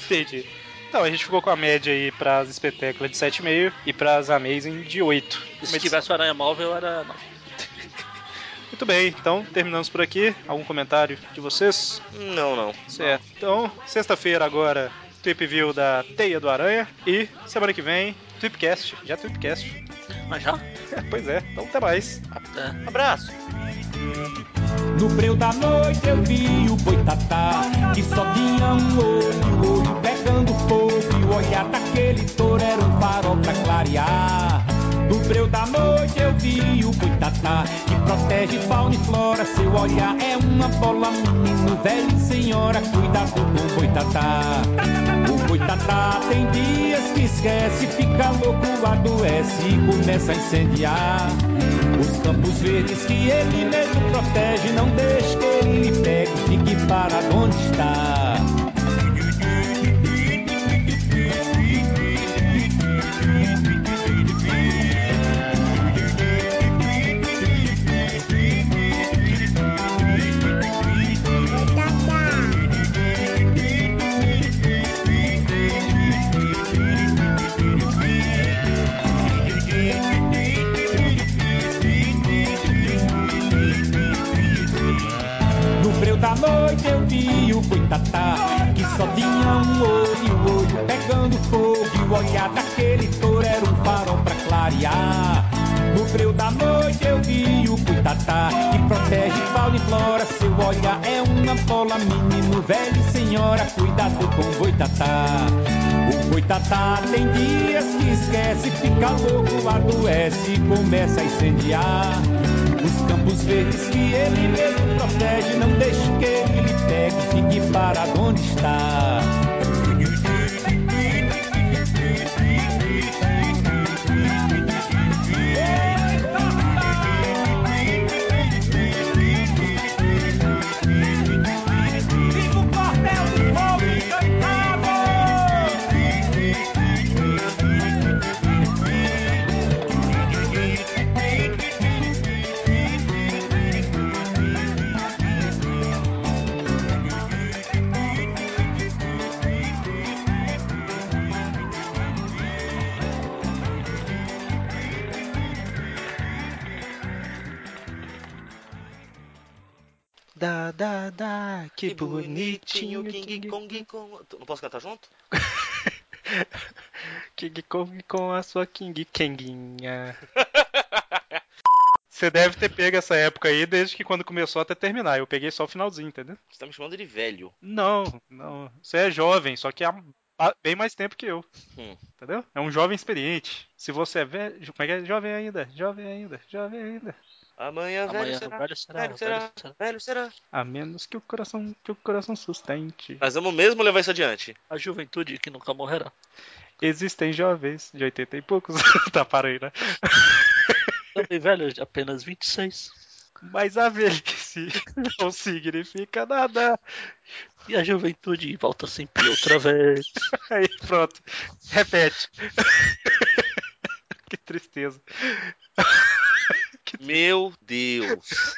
Speaker 1: Entendi. Então, a gente ficou com a média aí pras espetáculas de 7,5 e pras Amazing de 8.
Speaker 2: E
Speaker 1: Uma
Speaker 2: se
Speaker 1: edição-
Speaker 2: tivesse o Aranha Móvel, era 9.
Speaker 1: Muito bem, então terminamos por aqui. Algum comentário de vocês?
Speaker 3: Não, não.
Speaker 1: Certo. Então, sexta-feira agora, Tweep View da Teia do Aranha. E semana que vem, Tweepcast. Já Tweepcast.
Speaker 2: Mas já? É,
Speaker 1: pois é, então até mais.
Speaker 2: Até.
Speaker 3: Abraço.
Speaker 4: No breu da noite eu vi o boitatá Que só tinha um olho, o olho pegando fogo E o olhar daquele touro era um farol pra clarear No breu da noite eu vi o boitatá Que protege fauna e flora, seu olhar é uma bola Menino, velho e senhora, cuidado com o boitatá o boitatá tem dias que esquece, fica louco, adoece e começa a incendiar. Os campos verdes que ele mesmo protege, não deixe que ele lhe pegue, fique para onde está. No breu da noite eu vi o boitatá Que só tinha um olho, o olho pegando fogo E o olhar daquele touro era um farol pra clarear No breu da noite eu vi o boitatá boitatá que protege, fauna e flora. Seu olhar é uma bola, menino velho e senhora, cuidado com o boitatá. O boitatá tem dias que esquece, fica louco, adoece e começa a incendiar. Os campos verdes que ele mesmo protege, não deixe que ele lhe pegue, fique parado onde está.
Speaker 5: Dá, dá, dá, que,
Speaker 3: Que bonitinho, King
Speaker 5: King
Speaker 3: Kong com. Tu Não posso cantar junto?
Speaker 5: King Kong com a sua King Kenguinha.
Speaker 1: Você deve ter pego essa época aí desde que quando começou até terminar. Eu peguei só o finalzinho, entendeu?
Speaker 3: Você tá me chamando de velho.
Speaker 1: Não, não. Você é jovem, só que há há bem mais tempo que eu.
Speaker 3: Hum.
Speaker 1: Entendeu? É um jovem experiente. Se você é velho. Como é que é? Jovem ainda, jovem ainda, jovem ainda.
Speaker 3: Amanhã,
Speaker 2: Amanhã,
Speaker 3: velho será.
Speaker 2: velho será,
Speaker 3: Velho será.
Speaker 2: velho será.
Speaker 3: Velho será.
Speaker 1: A menos que o coração, que o coração sustente.
Speaker 3: Nós vamos mesmo levar isso adiante.
Speaker 2: A juventude que nunca morrerá.
Speaker 1: Existem jovens de 80 e poucos. tá, para aí, né?
Speaker 2: Também velho de apenas 26.
Speaker 1: Mas a velhice não significa nada.
Speaker 2: E a juventude volta sempre outra vez.
Speaker 1: Aí, pronto. Repete. que tristeza.
Speaker 3: Meu Deus.